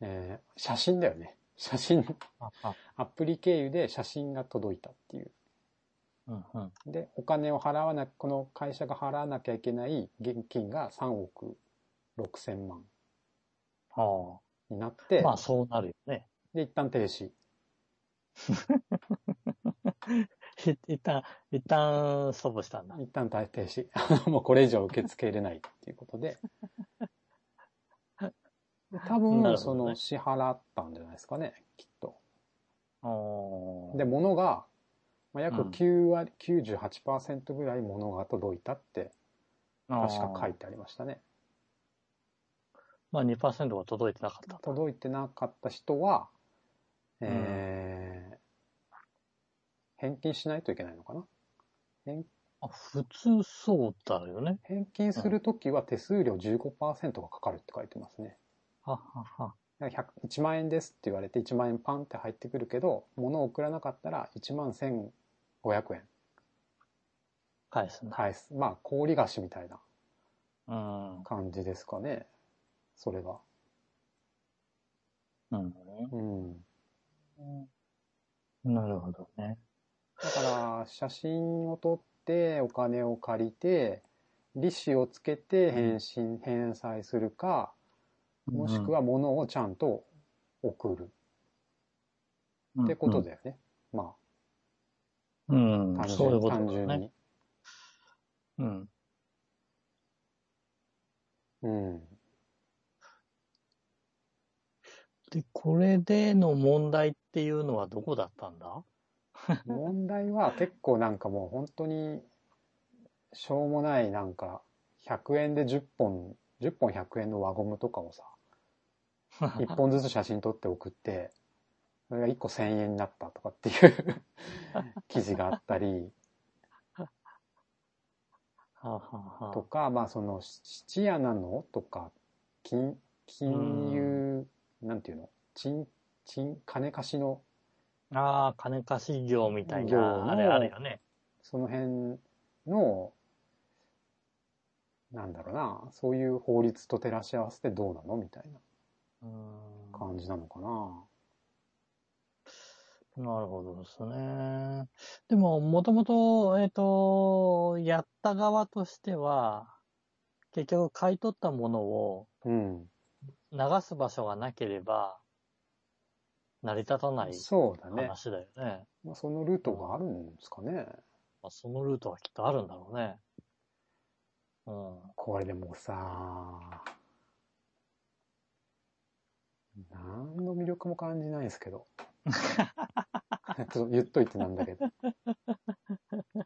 [SPEAKER 1] えー写真だよね。写真、 アプリ経由で写真が届いたっていう。
[SPEAKER 2] うんうん
[SPEAKER 1] で、お金を払わな、この会社が払わなきゃいけない現金が3億6千万
[SPEAKER 2] は
[SPEAKER 1] になっ
[SPEAKER 2] あ
[SPEAKER 1] て、
[SPEAKER 2] まあ、そうなるよね。
[SPEAKER 1] で、一旦停止。
[SPEAKER 2] い 一旦、一旦、ストップしたんだ。
[SPEAKER 1] 一旦大停止。 あのもうこれ以上受け付けれないっていうことで。で多
[SPEAKER 2] なるほどね
[SPEAKER 1] 分、その、支払ったんじゃないですかね、きっと。
[SPEAKER 2] おー
[SPEAKER 1] で、物が、まあ、約
[SPEAKER 2] うん
[SPEAKER 1] 9割、98%ぐらい物が届いたって、確か書い
[SPEAKER 2] あー
[SPEAKER 1] てありましたね。
[SPEAKER 2] まあ2%が届いてなかったと。
[SPEAKER 1] 届いてなかった人は、えー返金しないといけないのかな返
[SPEAKER 2] あ普通そうだよね。
[SPEAKER 1] 返金するときは手数料15%がかかるって書いてますね。
[SPEAKER 2] はっはっは。
[SPEAKER 1] だから100 1万円ですって言われて1万円パンって入ってくるけど、物を送らなかったら1万1500円
[SPEAKER 2] 返すな。
[SPEAKER 1] 返す。まあ、氷菓子みたいな
[SPEAKER 2] うん。
[SPEAKER 1] 感じですかね。それが。
[SPEAKER 2] うん。
[SPEAKER 1] うん。
[SPEAKER 2] なるほどね。
[SPEAKER 1] だから、写真を撮って、お金を借りて、利子をつけて返信、返済するか、もしくは物をちゃんと送る
[SPEAKER 2] うん、
[SPEAKER 1] ってことだよね。ま
[SPEAKER 2] うん。う
[SPEAKER 1] あ、単
[SPEAKER 2] ん。そうい
[SPEAKER 1] 純
[SPEAKER 2] うことだ
[SPEAKER 1] 単純
[SPEAKER 2] ね。
[SPEAKER 1] に。
[SPEAKER 2] うん。
[SPEAKER 1] うん。
[SPEAKER 2] で、これでの問題っていうのはどこだったんだ
[SPEAKER 1] 問題は結構なんかもう本当に、しょうもないなんか、100円で10本、10本100円の輪ゴムとか をさ、1本ずつ写真撮って送って、それが1個1000円になったとかっていう記事があったり
[SPEAKER 2] ははは
[SPEAKER 1] とか、まあその、質屋なのとか、金、金融、なんていうの賃、賃、金貸しの、
[SPEAKER 2] ああ、金貸し業みたい
[SPEAKER 1] 業の
[SPEAKER 2] な、あれあるよね。
[SPEAKER 1] その辺の、なんだろうな、そういう法律と照らし合わせてどうなのみたい
[SPEAKER 2] うん。
[SPEAKER 1] な感じなのかな。
[SPEAKER 2] なるほどですね。でも、もともと、えっ、と、やった側としては、結局買い取ったものを
[SPEAKER 1] うん。
[SPEAKER 2] 流す場所がなければ、成り立たない
[SPEAKER 1] そうだね。
[SPEAKER 2] 話だよね。
[SPEAKER 1] まあ、そのルートがあるんですかね。
[SPEAKER 2] まあ、そのルートはきっとあるんだろうね。うん。
[SPEAKER 1] これでもさ、何の魅力も感じないですけ ど。ちょっと言っといてなんだけど。い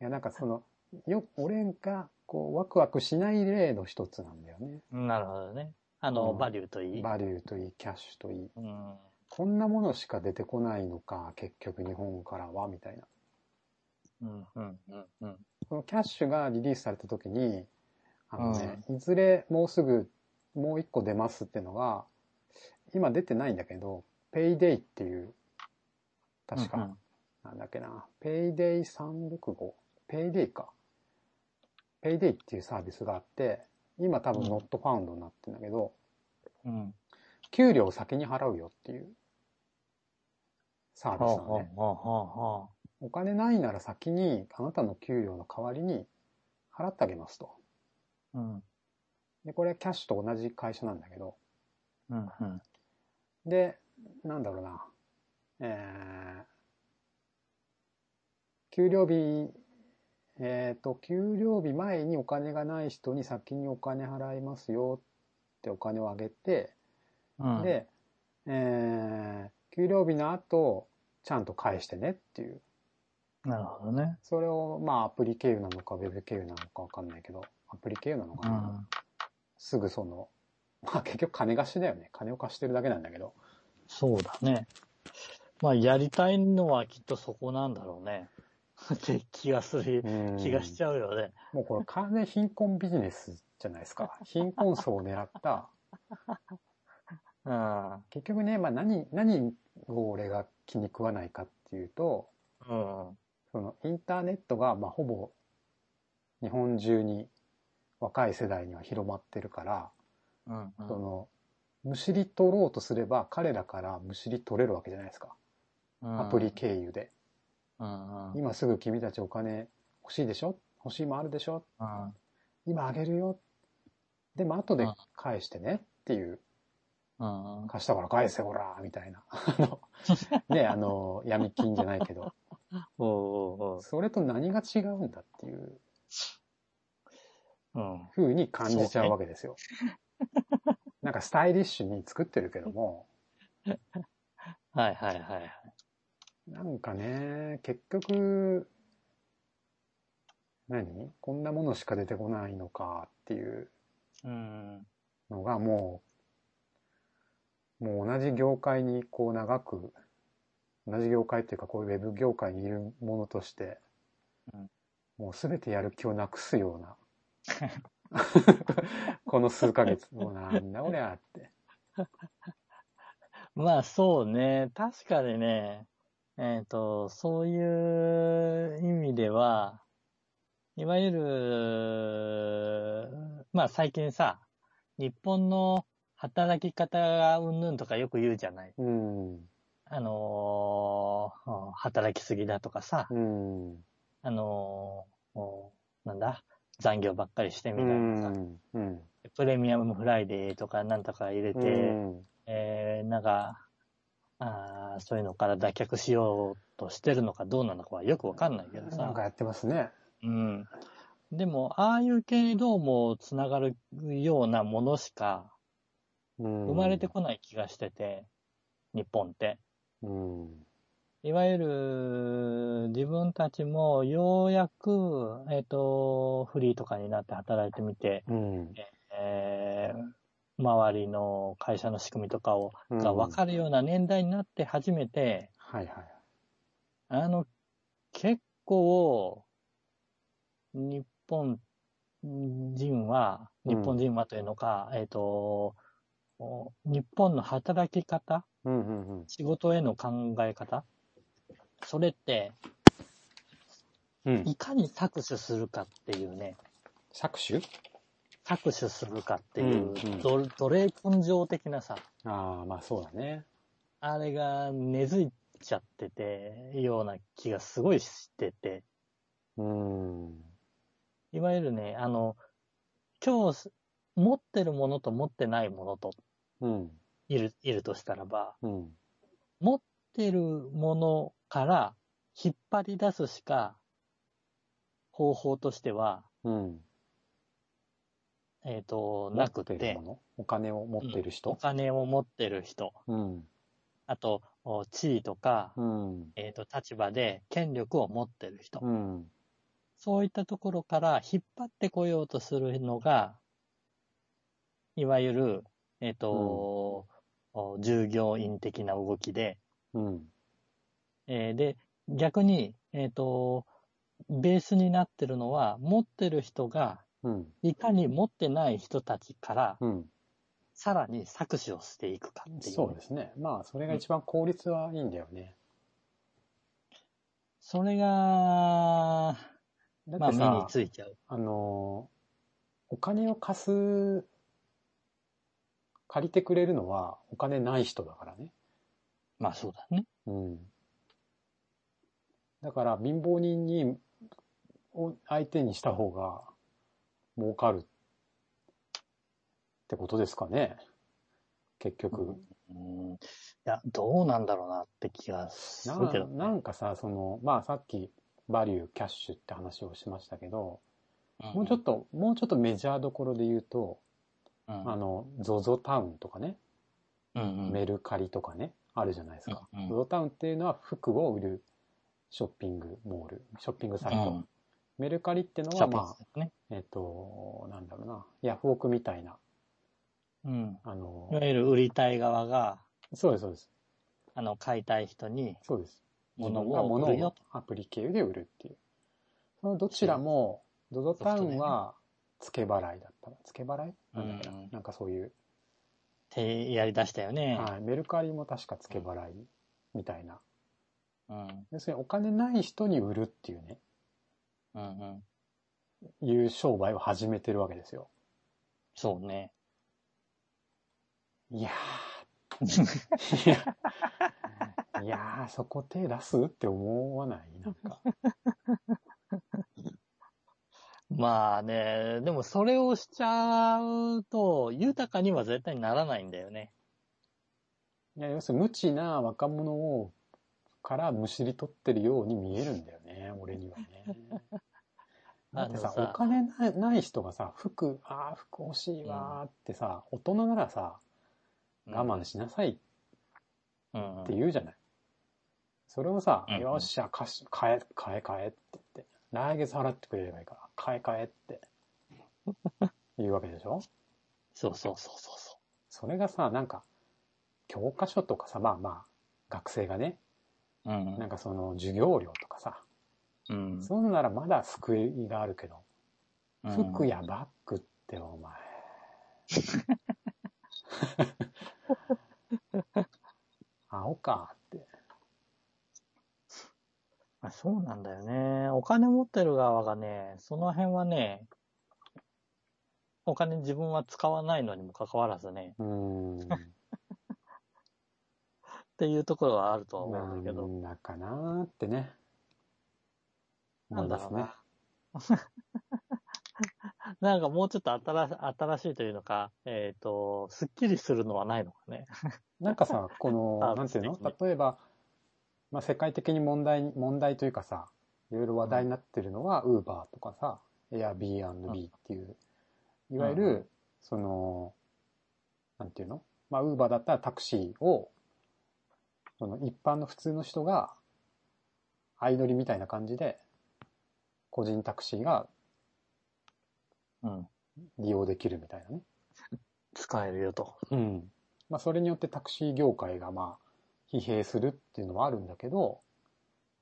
[SPEAKER 1] や、なんかその、よ、俺が、こう、ワクワクしない例の一つなんだよね。
[SPEAKER 2] なるほどね。あの、
[SPEAKER 1] うん
[SPEAKER 2] バリューといい。
[SPEAKER 1] バリューといい、キャッシュといい。
[SPEAKER 2] うん。
[SPEAKER 1] こんなものしか出てこないのか、結局日本からは、みたいな。
[SPEAKER 2] うん、うん、うん、うん。
[SPEAKER 1] このキャッシュがリリースされた時に、あのね、いずれもうすぐ、もう一個出ますってのが、今出てないんだけど、ペイデイっていう、確か、
[SPEAKER 2] うんうん
[SPEAKER 1] なんだっけな、ペイデイ365、ペイデイか。ペイデイっていうサービスがあって、今多分
[SPEAKER 2] うん
[SPEAKER 1] ノットファウンドになってんだけど、
[SPEAKER 2] うん。
[SPEAKER 1] 給料を先に払うよっていうサービスなのね。
[SPEAKER 2] はあは
[SPEAKER 1] お金ないなら先にあなたの給料の代わりに払ってあげますと。
[SPEAKER 2] あはあうん。
[SPEAKER 1] で、これキャッシュと同じ会社なんだけど、
[SPEAKER 2] うん。うん。
[SPEAKER 1] で、なんだろうな、えー、給料日、えっ、と、給料日前にお金がない人に先にお金払いますよってお金をあげて、
[SPEAKER 2] うん、
[SPEAKER 1] で、えー、給料日の後、ちゃんと返してねっていう。
[SPEAKER 2] なるほどね。
[SPEAKER 1] それを、まあ、アプリ経由なのか、ウェブ経由なのかわかんないけど、アプリ経由なのか
[SPEAKER 2] う
[SPEAKER 1] な、
[SPEAKER 2] ん。
[SPEAKER 1] すぐその、まあ結局金貸しだよね。金を貸してるだけなんだけど。
[SPEAKER 2] そうだね。まあ、やりたいのはきっとそこなんだろうね。 って気がする、気がしちゃうよね。
[SPEAKER 1] もうこれ完全に貧困ビジネスじゃないです か。貧困層を狙った。
[SPEAKER 2] うん。
[SPEAKER 1] 結局ね、まあ何、何を俺が気に食わないかっていうと、
[SPEAKER 2] うん。
[SPEAKER 1] そのインターネットが、まあほぼ日本中に若い世代には広まってるから、
[SPEAKER 2] うん。
[SPEAKER 1] その、むしり取ろうとすれば彼らからむしり取れるわけじゃないですか。
[SPEAKER 2] うん
[SPEAKER 1] アプリ。経由で。
[SPEAKER 2] うん。うん。
[SPEAKER 1] 今すぐ君たちお金欲しいでしょ欲しいもあるでしょ
[SPEAKER 2] うん
[SPEAKER 1] 今あげるよ。でも後で
[SPEAKER 2] うん
[SPEAKER 1] 返してねっていう。
[SPEAKER 2] うん。
[SPEAKER 1] 貸したから返せほらみたいな。あ の、ね、あの、闇金じゃないけど。
[SPEAKER 2] おうおうおう。
[SPEAKER 1] それと何が違うんだっていう
[SPEAKER 2] うん。
[SPEAKER 1] ふうに感じちゃうわけですよ。なんかスタイリッシュに作ってるけども、
[SPEAKER 2] はいはいはいはい。
[SPEAKER 1] なんかね、結局、何こんなものしか出てこないのかっていう
[SPEAKER 2] うん。
[SPEAKER 1] のがもう、もう同じ業界にこう長く、同じ業界っていうかこういうウェブ業界にいるものとして
[SPEAKER 2] うん、
[SPEAKER 1] もうすべてやる気をなくすような、 この数ヶ月、もうなんだこりゃって。
[SPEAKER 2] まあそうね。確かにね、えっ、と、そういう意味では、いわゆる、まあ最近さ、日本の働き方がうんぬんとかよく言うじゃない。
[SPEAKER 1] うん、
[SPEAKER 2] あのーうん働きすぎだとかさ、
[SPEAKER 1] うん、
[SPEAKER 2] あのーおなんだ、残業ばっかりしてみ
[SPEAKER 1] う
[SPEAKER 2] たいなさ、
[SPEAKER 1] ん、うん、
[SPEAKER 2] プレミアムフライデーとかなんとか入れて、
[SPEAKER 1] うん、
[SPEAKER 2] えー、なんか、あーそういうのから脱却しようとしてるのかどうなのかはよくわかんないけど
[SPEAKER 1] なん
[SPEAKER 2] さ
[SPEAKER 1] か。やってますね。
[SPEAKER 2] うん。でも、ああいう系にどうもつながるようなものしか
[SPEAKER 1] 生
[SPEAKER 2] 生まれてこない気がしてて、日本って。
[SPEAKER 1] うん、
[SPEAKER 2] いわゆる、自分たちもようやく、えっ、と、フリーとかになって働いてみて、
[SPEAKER 1] うん、
[SPEAKER 2] えー周りの会社の仕組みとかを、
[SPEAKER 1] うん
[SPEAKER 2] がわかるような年代になって初めて、
[SPEAKER 1] はいはい。
[SPEAKER 2] あの、結構、日本人は、
[SPEAKER 1] う
[SPEAKER 2] 日
[SPEAKER 1] ん
[SPEAKER 2] 本人はというのか、えっ、と、お日本の働き方、
[SPEAKER 1] うん、うん、うん。
[SPEAKER 2] 仕事への考え方、それって、
[SPEAKER 1] うん、
[SPEAKER 2] いかに搾取するかっていうね、
[SPEAKER 1] 搾取
[SPEAKER 2] 搾取するかってい
[SPEAKER 1] う
[SPEAKER 2] う、
[SPEAKER 1] んうん
[SPEAKER 2] 奴奴隷根性的なさ、
[SPEAKER 1] ああ、まあそうだね。
[SPEAKER 2] あれが根付いちゃってて、ような気がすごいしてて、
[SPEAKER 1] うん。
[SPEAKER 2] いわゆるね、あの、今日持ってるものと持ってないものと
[SPEAKER 1] うん。
[SPEAKER 2] いる、いるとしたらば、
[SPEAKER 1] うん。
[SPEAKER 2] 持ってるものから引っ張り出すしか方法としては、
[SPEAKER 1] うん。
[SPEAKER 2] えっ、と、なく
[SPEAKER 1] 持
[SPEAKER 2] て、
[SPEAKER 1] ってるものお金を持ってる
[SPEAKER 2] お
[SPEAKER 1] 人
[SPEAKER 2] 金を持ってる人、
[SPEAKER 1] うん。
[SPEAKER 2] あと、お地位とか、
[SPEAKER 1] うん。
[SPEAKER 2] えっ、と、立場で権力を持ってる人、
[SPEAKER 1] うん。
[SPEAKER 2] そういったところから引っ張ってこようとするのが、いわゆる、えっ、と、お従業員的な動きで、
[SPEAKER 1] うん。
[SPEAKER 2] えーで、逆に、えっ、と、ベースになってるのは、持ってる人が、
[SPEAKER 1] うん。
[SPEAKER 2] いかに持ってない人たちから
[SPEAKER 1] うん。
[SPEAKER 2] さらに搾取をしていくかっていう。
[SPEAKER 1] そうですね。まあ、それが一番効率はいいんだよね。
[SPEAKER 2] それが、ま
[SPEAKER 1] だっ
[SPEAKER 2] あ
[SPEAKER 1] て
[SPEAKER 2] 目
[SPEAKER 1] さ、
[SPEAKER 2] についちゃう。
[SPEAKER 1] あの、お金を貸す、借りてくれるのはお金ない人だからね。
[SPEAKER 2] まあそうだね。
[SPEAKER 1] うん。だから貧乏人に、を相手にした方が儲かるってことですかね。結局。
[SPEAKER 2] うん。いや、どうなんだろうなって気がす
[SPEAKER 1] な
[SPEAKER 2] るけど
[SPEAKER 1] ん
[SPEAKER 2] ね。
[SPEAKER 1] なんかさ、その、まあさっき、バリュー、キャッシュって話をしましたけど、もうちょっと、もうちょっとメジャーどころで言うと、
[SPEAKER 2] うん、うん
[SPEAKER 1] あの、ゾゾタウンとかね、
[SPEAKER 2] うんうん
[SPEAKER 1] メルカリとかね、あるじゃないですか。
[SPEAKER 2] うんうん
[SPEAKER 1] ゾゾタウンっていうのは服を売るショッピングモール、ショッピングサイト。
[SPEAKER 2] うん
[SPEAKER 1] メルカリっての
[SPEAKER 2] シャ
[SPEAKER 1] は、
[SPEAKER 2] ープ
[SPEAKER 1] ま
[SPEAKER 2] ですね。
[SPEAKER 1] あ、えっ、と、なんだろうな、ヤフオクみたいな、
[SPEAKER 2] うん。
[SPEAKER 1] あ
[SPEAKER 2] い
[SPEAKER 1] の
[SPEAKER 2] わ、ゆる売りたい側が、
[SPEAKER 1] そうです、そうです。
[SPEAKER 2] あの、買いたい人に
[SPEAKER 1] そうです。自
[SPEAKER 2] 物
[SPEAKER 1] 分が物
[SPEAKER 2] を売るよ
[SPEAKER 1] をアプリ経由で売るっていう。そのどちらも、ドドタウンは付け払いだったな。付け払いなんだっけな
[SPEAKER 2] うん。
[SPEAKER 1] なんかそういう、
[SPEAKER 2] ってやりだしたよね。
[SPEAKER 1] はい。メルカリも確か付け払いみたいな。
[SPEAKER 2] うん。
[SPEAKER 1] 要するにお金ない人に売るっていうね、
[SPEAKER 2] うんうん。
[SPEAKER 1] いう商売を始めてるわけですよ。
[SPEAKER 2] そうね。
[SPEAKER 1] いやー。いやいやー、そこ手出すって思わないなんか。
[SPEAKER 2] まあね、でもそれをしちゃうと、豊かには絶対にならないんだよね。
[SPEAKER 1] いや、要するに無知な若者を、からむしり取ってるように見えるんだよね、俺には ね。だってさ、
[SPEAKER 2] あのさ
[SPEAKER 1] お金ないない人がさ、服、ああ、服欲しいわーってさ、大人ならさ、我慢しなさい
[SPEAKER 2] 慢
[SPEAKER 1] って言うじゃない。それをさ、
[SPEAKER 2] うん
[SPEAKER 1] よっしゃ、貸し、買え、買え、買えって言って、来月払ってくれればいいから、買え、買えっ て、言うわけでしょ
[SPEAKER 2] そうそうそうそうそ
[SPEAKER 1] それがさ、なんか、教科書とかさ、まあまあ、学生がね、
[SPEAKER 2] う。うん
[SPEAKER 1] なんかその授業料とかさ、
[SPEAKER 2] うん。
[SPEAKER 1] そういうのならまだ救いがあるけど、
[SPEAKER 2] うん
[SPEAKER 1] 服やバッグってお 前。 青かって。
[SPEAKER 2] まあそうなんだよね。お金持ってる側がね、その辺はね、お金自分は使わないのにもかかわらずね、
[SPEAKER 1] うーん。
[SPEAKER 2] っていうところはあるとは思うんだけ
[SPEAKER 1] な
[SPEAKER 2] ど。
[SPEAKER 1] んだかなーってね。
[SPEAKER 2] な
[SPEAKER 1] 思い
[SPEAKER 2] んだ
[SPEAKER 1] ま
[SPEAKER 2] ろ
[SPEAKER 1] す
[SPEAKER 2] う
[SPEAKER 1] ね。
[SPEAKER 2] な。なんか もうちょっと新し新しいというのか、えっ、と、すっきりするのはないのかね。
[SPEAKER 1] なんかさ、この、
[SPEAKER 2] あ
[SPEAKER 1] なんていうの
[SPEAKER 2] 素敵
[SPEAKER 1] 例えば、まあ、世界的に問題に、問題というかさ、いろいろ話題になってるのは、ウーバーとかさ、Airbnb っていう、いわゆ
[SPEAKER 2] うん
[SPEAKER 1] る、その、なんていうのまあ、ウーバーだったらタクシーを、その一般の普通の人が、相乗りみたいな感じで、個人タクシーが
[SPEAKER 2] うん。
[SPEAKER 1] 利用できるみたいなね。
[SPEAKER 2] 使えるよと。
[SPEAKER 1] うん。まあ、それによってタクシー業界が、まあ、疲弊するっていうのはあるんだけど、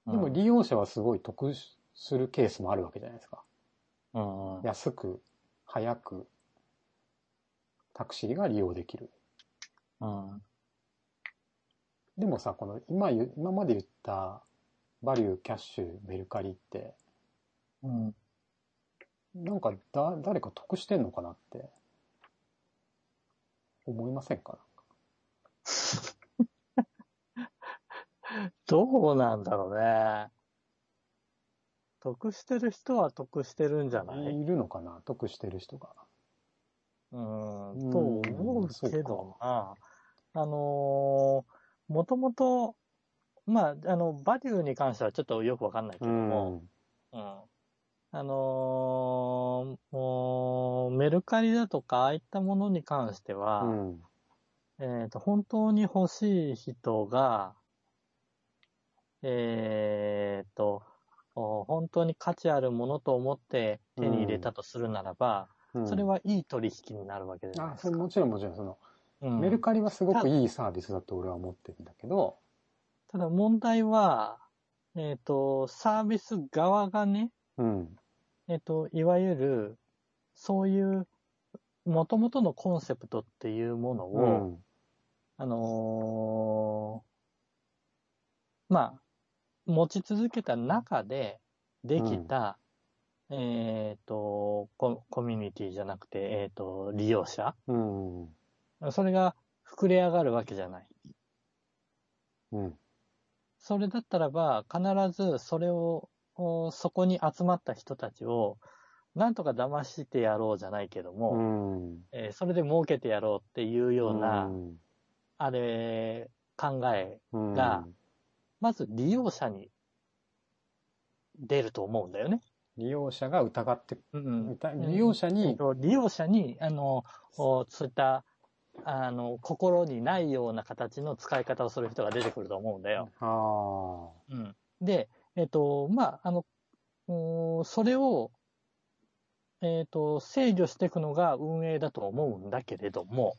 [SPEAKER 1] でも利用者はすごい得するケースもあるわけじゃないですか。
[SPEAKER 2] うん、うん
[SPEAKER 1] 安く、早く、タクシーが利用できる。
[SPEAKER 2] うん。
[SPEAKER 1] でもさ、この今言う、今まで言った、バリュー、キャッシュ、メルカリって、
[SPEAKER 2] うん。
[SPEAKER 1] なんかだ、誰か得してんのかなって、思いませんか
[SPEAKER 2] どうなんだろうね。得してる人は得してるんじゃない、
[SPEAKER 1] いるのかな得してる人が。
[SPEAKER 2] うん、と思うけ
[SPEAKER 1] うん
[SPEAKER 2] どな。あのー、もともと、まあ、あの、バリューに関してはちょっとよくわかんないけども、うん。あのーもう、メルカリだとか、ああいったものに関しては、
[SPEAKER 1] うん。
[SPEAKER 2] えっと、本当に欲しい人が、えっと、お本当に価値あるものと思って手に入れたとするならば、
[SPEAKER 1] うん。
[SPEAKER 2] それ、はいい取引になるわけじゃない
[SPEAKER 1] あ、
[SPEAKER 2] です
[SPEAKER 1] そ
[SPEAKER 2] か
[SPEAKER 1] れ。もちろんもちろん、その、
[SPEAKER 2] うん
[SPEAKER 1] メルカリはすごくいいサービスだと俺は思ってるんだけど、
[SPEAKER 2] ただ問題は、えっ、と、サービス側がね、
[SPEAKER 1] うん。
[SPEAKER 2] えっ、と、いわゆる、そういう元々のコンセプトっていうもの
[SPEAKER 1] う
[SPEAKER 2] を、
[SPEAKER 1] ん。
[SPEAKER 2] あのーまあ、持ち続けた中でできた、えっ、とコ、コミュニティじゃなくて、えっ、と、利用者。
[SPEAKER 1] うん。
[SPEAKER 2] それが膨れ上がるわけじゃない。
[SPEAKER 1] うん。
[SPEAKER 2] それだったらば、必ずそれを、おそこに集まった人たちを、なんとか騙してやろうじゃないけども、
[SPEAKER 1] うん。
[SPEAKER 2] えーそれで儲けてやろうっていうような、
[SPEAKER 1] ん
[SPEAKER 2] あれ、考え、
[SPEAKER 1] うん
[SPEAKER 2] がまず利用者に出ると思うんだよね。
[SPEAKER 1] 利用者が疑って、
[SPEAKER 2] うん
[SPEAKER 1] 利用者
[SPEAKER 2] えっ
[SPEAKER 1] に、
[SPEAKER 2] と利用者に、あの、おそういった、あの、心にないような形の使い方をする人が出てくると思うんだよ。
[SPEAKER 1] あ
[SPEAKER 2] うんで、えっ、と、まあ、あの、うーんそれを、えっ、と、制御していくのが運営だと思うんだけれども、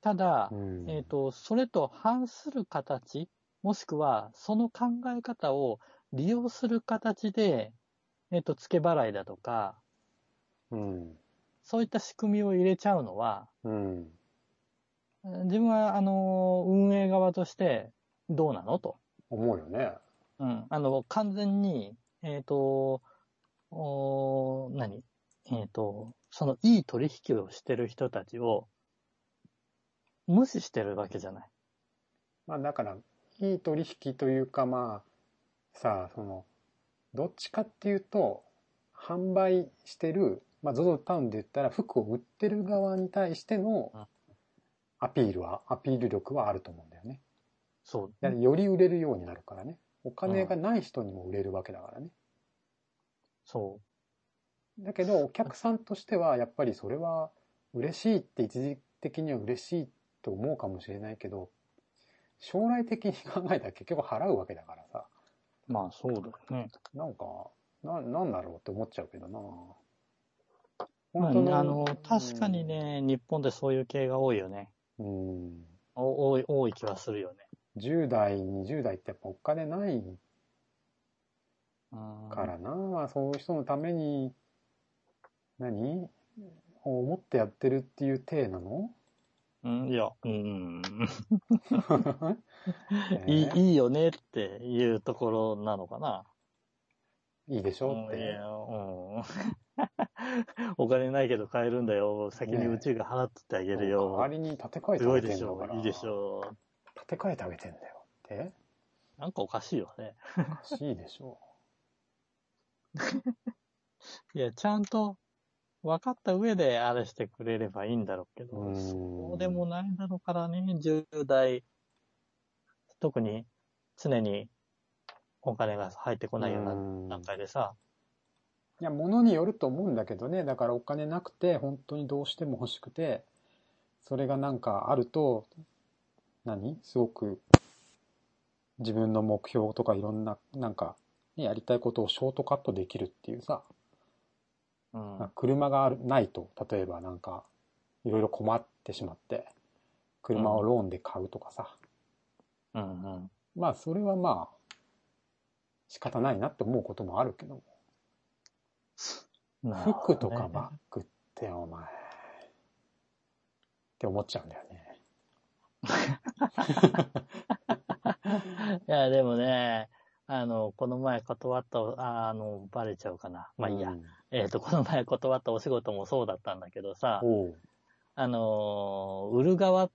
[SPEAKER 2] ただ
[SPEAKER 1] あ、うん
[SPEAKER 2] えっ、と、それと反する形、もしくは、その考え方を利用する形で、えっ、と、付け払いだとか、
[SPEAKER 1] うん。
[SPEAKER 2] そういった仕組みを入れちゃうのは、
[SPEAKER 1] うん。
[SPEAKER 2] うん自分は、あの、運営側として、どうなのと。
[SPEAKER 1] 思うよね。
[SPEAKER 2] うん、あの、完全に、えっ、と、おー何えっ、と、そのいい取引をしてる人たちを無視してるわけじゃない。
[SPEAKER 1] まあだから、いい取引というかまあ、さあ、その、どっちかっていうと、販売してる、まあ ZOZO タウンで言ったら服を売ってる側に対しての
[SPEAKER 2] うん
[SPEAKER 1] アピールは、アピール力はあると思うんだよね。
[SPEAKER 2] そう。
[SPEAKER 1] だからより売れるようになるからね。お金がない人にも売れるわけだからね。
[SPEAKER 2] そ
[SPEAKER 1] だけどお客さんとしてはやっぱりそれは嬉しいって一時的には嬉しいと思うかもしれないけど将来的に考えたら結局払うわけだからさ
[SPEAKER 2] う。まあ、そうだよね。
[SPEAKER 1] なんかななんだろうって思っちゃうけどな
[SPEAKER 2] まあ、
[SPEAKER 1] 本当の
[SPEAKER 2] あの、確かにね、日本でそういう系が多いよね。
[SPEAKER 1] うん
[SPEAKER 2] お多い、多い気はするよね。
[SPEAKER 1] 10代20代ってやっぱお金ない
[SPEAKER 2] うん
[SPEAKER 1] からな、そういう人のために何思ってやってるっていう体な の、
[SPEAKER 2] うん、いや、うん、
[SPEAKER 1] ね
[SPEAKER 2] いい、いいよねっていうところなのかな。
[SPEAKER 1] いいでしょっ
[SPEAKER 2] うんい
[SPEAKER 1] て
[SPEAKER 2] や、うん。お金ないけど買えるんだよ。先に
[SPEAKER 1] ねえ
[SPEAKER 2] 宇宙が払っててあげる
[SPEAKER 1] 代わ
[SPEAKER 2] よ。
[SPEAKER 1] りに建て替えて
[SPEAKER 2] す
[SPEAKER 1] あ
[SPEAKER 2] ご
[SPEAKER 1] げ
[SPEAKER 2] いで
[SPEAKER 1] てん
[SPEAKER 2] し
[SPEAKER 1] だ
[SPEAKER 2] ょ
[SPEAKER 1] から。
[SPEAKER 2] う。いいでしょ
[SPEAKER 1] 立て替えてあげてんだよって。
[SPEAKER 2] う。なんかおかしいよね。
[SPEAKER 1] おかしいでしょ
[SPEAKER 2] いや、ちゃんと分かった上であれしてくれればいいんだろうけど、
[SPEAKER 1] うん
[SPEAKER 2] そうでもないだろうからね、10代、特に常にお金が入ってこ
[SPEAKER 1] う。
[SPEAKER 2] ないような
[SPEAKER 1] うん
[SPEAKER 2] 段階でさ、
[SPEAKER 1] いや、物によると思うんだけどね。だからお金なくて、本当にどうしても欲しくて、それがなんかあると、何すごく、自分の目標とかいろんな、なんか、ね、やりたいことをショートカットできるっていうさ、
[SPEAKER 2] うん
[SPEAKER 1] まあ車があるないと、例えばなんか、いろいろ困ってしまって、車をローンで買うとかさ、
[SPEAKER 2] うんうん
[SPEAKER 1] まあ、それはまあ、仕方ないなって思うこともあるけど、
[SPEAKER 2] なるほ
[SPEAKER 1] 服
[SPEAKER 2] ど
[SPEAKER 1] と
[SPEAKER 2] ね
[SPEAKER 1] かバッグってお前、って思っちゃうんだよね。
[SPEAKER 2] いや、でもね、あの、この前断った、ああの、バレちゃうかな。 まあいいや。
[SPEAKER 1] うん
[SPEAKER 2] えっ、と、この前断ったお仕事もそうだったんだけどさ、
[SPEAKER 1] おう。
[SPEAKER 2] あのー売る側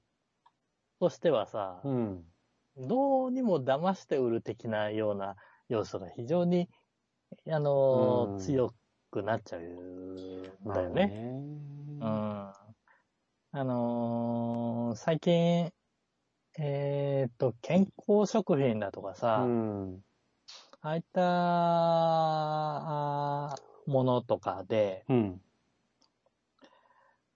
[SPEAKER 2] としてはさ、
[SPEAKER 1] うん。
[SPEAKER 2] どうにも騙して売る的なような要素が非常に、あのー
[SPEAKER 1] うん
[SPEAKER 2] 強くなっちゃうんだ
[SPEAKER 1] なるほ
[SPEAKER 2] よね。う
[SPEAKER 1] どね。
[SPEAKER 2] んあのー最近、えっ、と、健康食品だとかさ、
[SPEAKER 1] うん。
[SPEAKER 2] ああいったあーものとかで、
[SPEAKER 1] うん。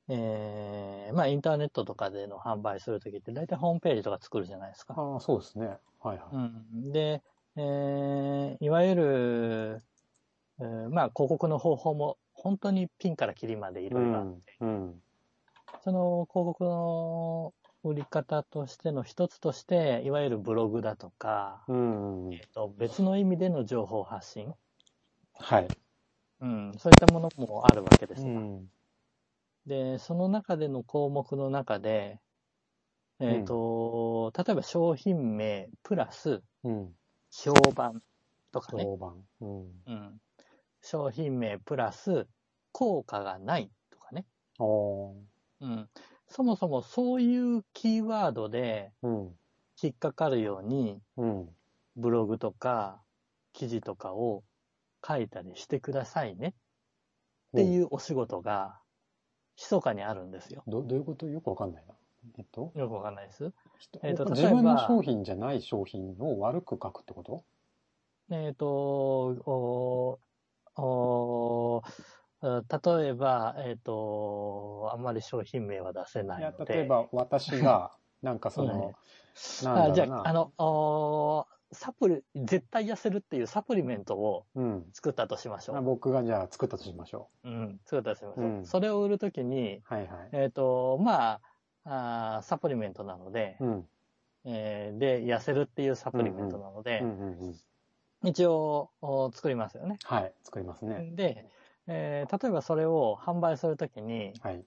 [SPEAKER 2] えーまあインターネットとかでの販売するときって大体ホームページとか作るじゃないですか。
[SPEAKER 1] ああ、そうですね。はいは
[SPEAKER 2] うん、で、えーいわゆる、えーまあ広告の方法も本当にピンからキリまでい
[SPEAKER 1] い。
[SPEAKER 2] ろいろあって、
[SPEAKER 1] うん。
[SPEAKER 2] その広告の売り方としての一つとして、いわゆるブログだとか、
[SPEAKER 1] うん。うん
[SPEAKER 2] えっと別の意味での情報発信、
[SPEAKER 1] はい。
[SPEAKER 2] うん、そういったものもあるわけですよ。
[SPEAKER 1] ん。
[SPEAKER 2] で、その中での項目の中で、えっ、と、例えば商品名プラス
[SPEAKER 1] うん。
[SPEAKER 2] 評判とかね。
[SPEAKER 1] 評判。うん。
[SPEAKER 2] うん。商品名プラス効果がないとかね。
[SPEAKER 1] あー
[SPEAKER 2] うん。そもそもそういうキーワードで
[SPEAKER 1] うん。
[SPEAKER 2] 引っかかるように
[SPEAKER 1] うん。
[SPEAKER 2] ブログとか記事とかを書いたりしてくださいねっていうお仕事が密かにあるんですよ。
[SPEAKER 1] どどういうことよくわかんないな。えっと、
[SPEAKER 2] よくわかんないです。えっと
[SPEAKER 1] 自分
[SPEAKER 2] 例え
[SPEAKER 1] の
[SPEAKER 2] ば
[SPEAKER 1] 商品じゃない商品を悪く書くってこと
[SPEAKER 2] えっ、と、おお例えば、えっ、と、あんまり商品名は出せないい
[SPEAKER 1] や
[SPEAKER 2] の、で。
[SPEAKER 1] 例えば私 が、なんかその、なんだろう
[SPEAKER 2] あ
[SPEAKER 1] な。
[SPEAKER 2] じゃあ、あの、おサプリ、絶対痩せるっていうサプリメントを
[SPEAKER 1] うん。
[SPEAKER 2] 作ったとしましょ
[SPEAKER 1] あ
[SPEAKER 2] う。
[SPEAKER 1] 僕がじゃあ作ったとしましょ
[SPEAKER 2] うん、作ったとしましょう。
[SPEAKER 1] うん
[SPEAKER 2] それを売るときに、
[SPEAKER 1] う。はいはい。
[SPEAKER 2] えっ、と、まああーサプリメントなので、
[SPEAKER 1] うん。
[SPEAKER 2] えーで、痩せるっていうサプリメントなので、
[SPEAKER 1] うんうんうん。
[SPEAKER 2] 一応お作りますよね。
[SPEAKER 1] はい。作りますね。
[SPEAKER 2] で、えー例えばそれを販売するときに、
[SPEAKER 1] はい。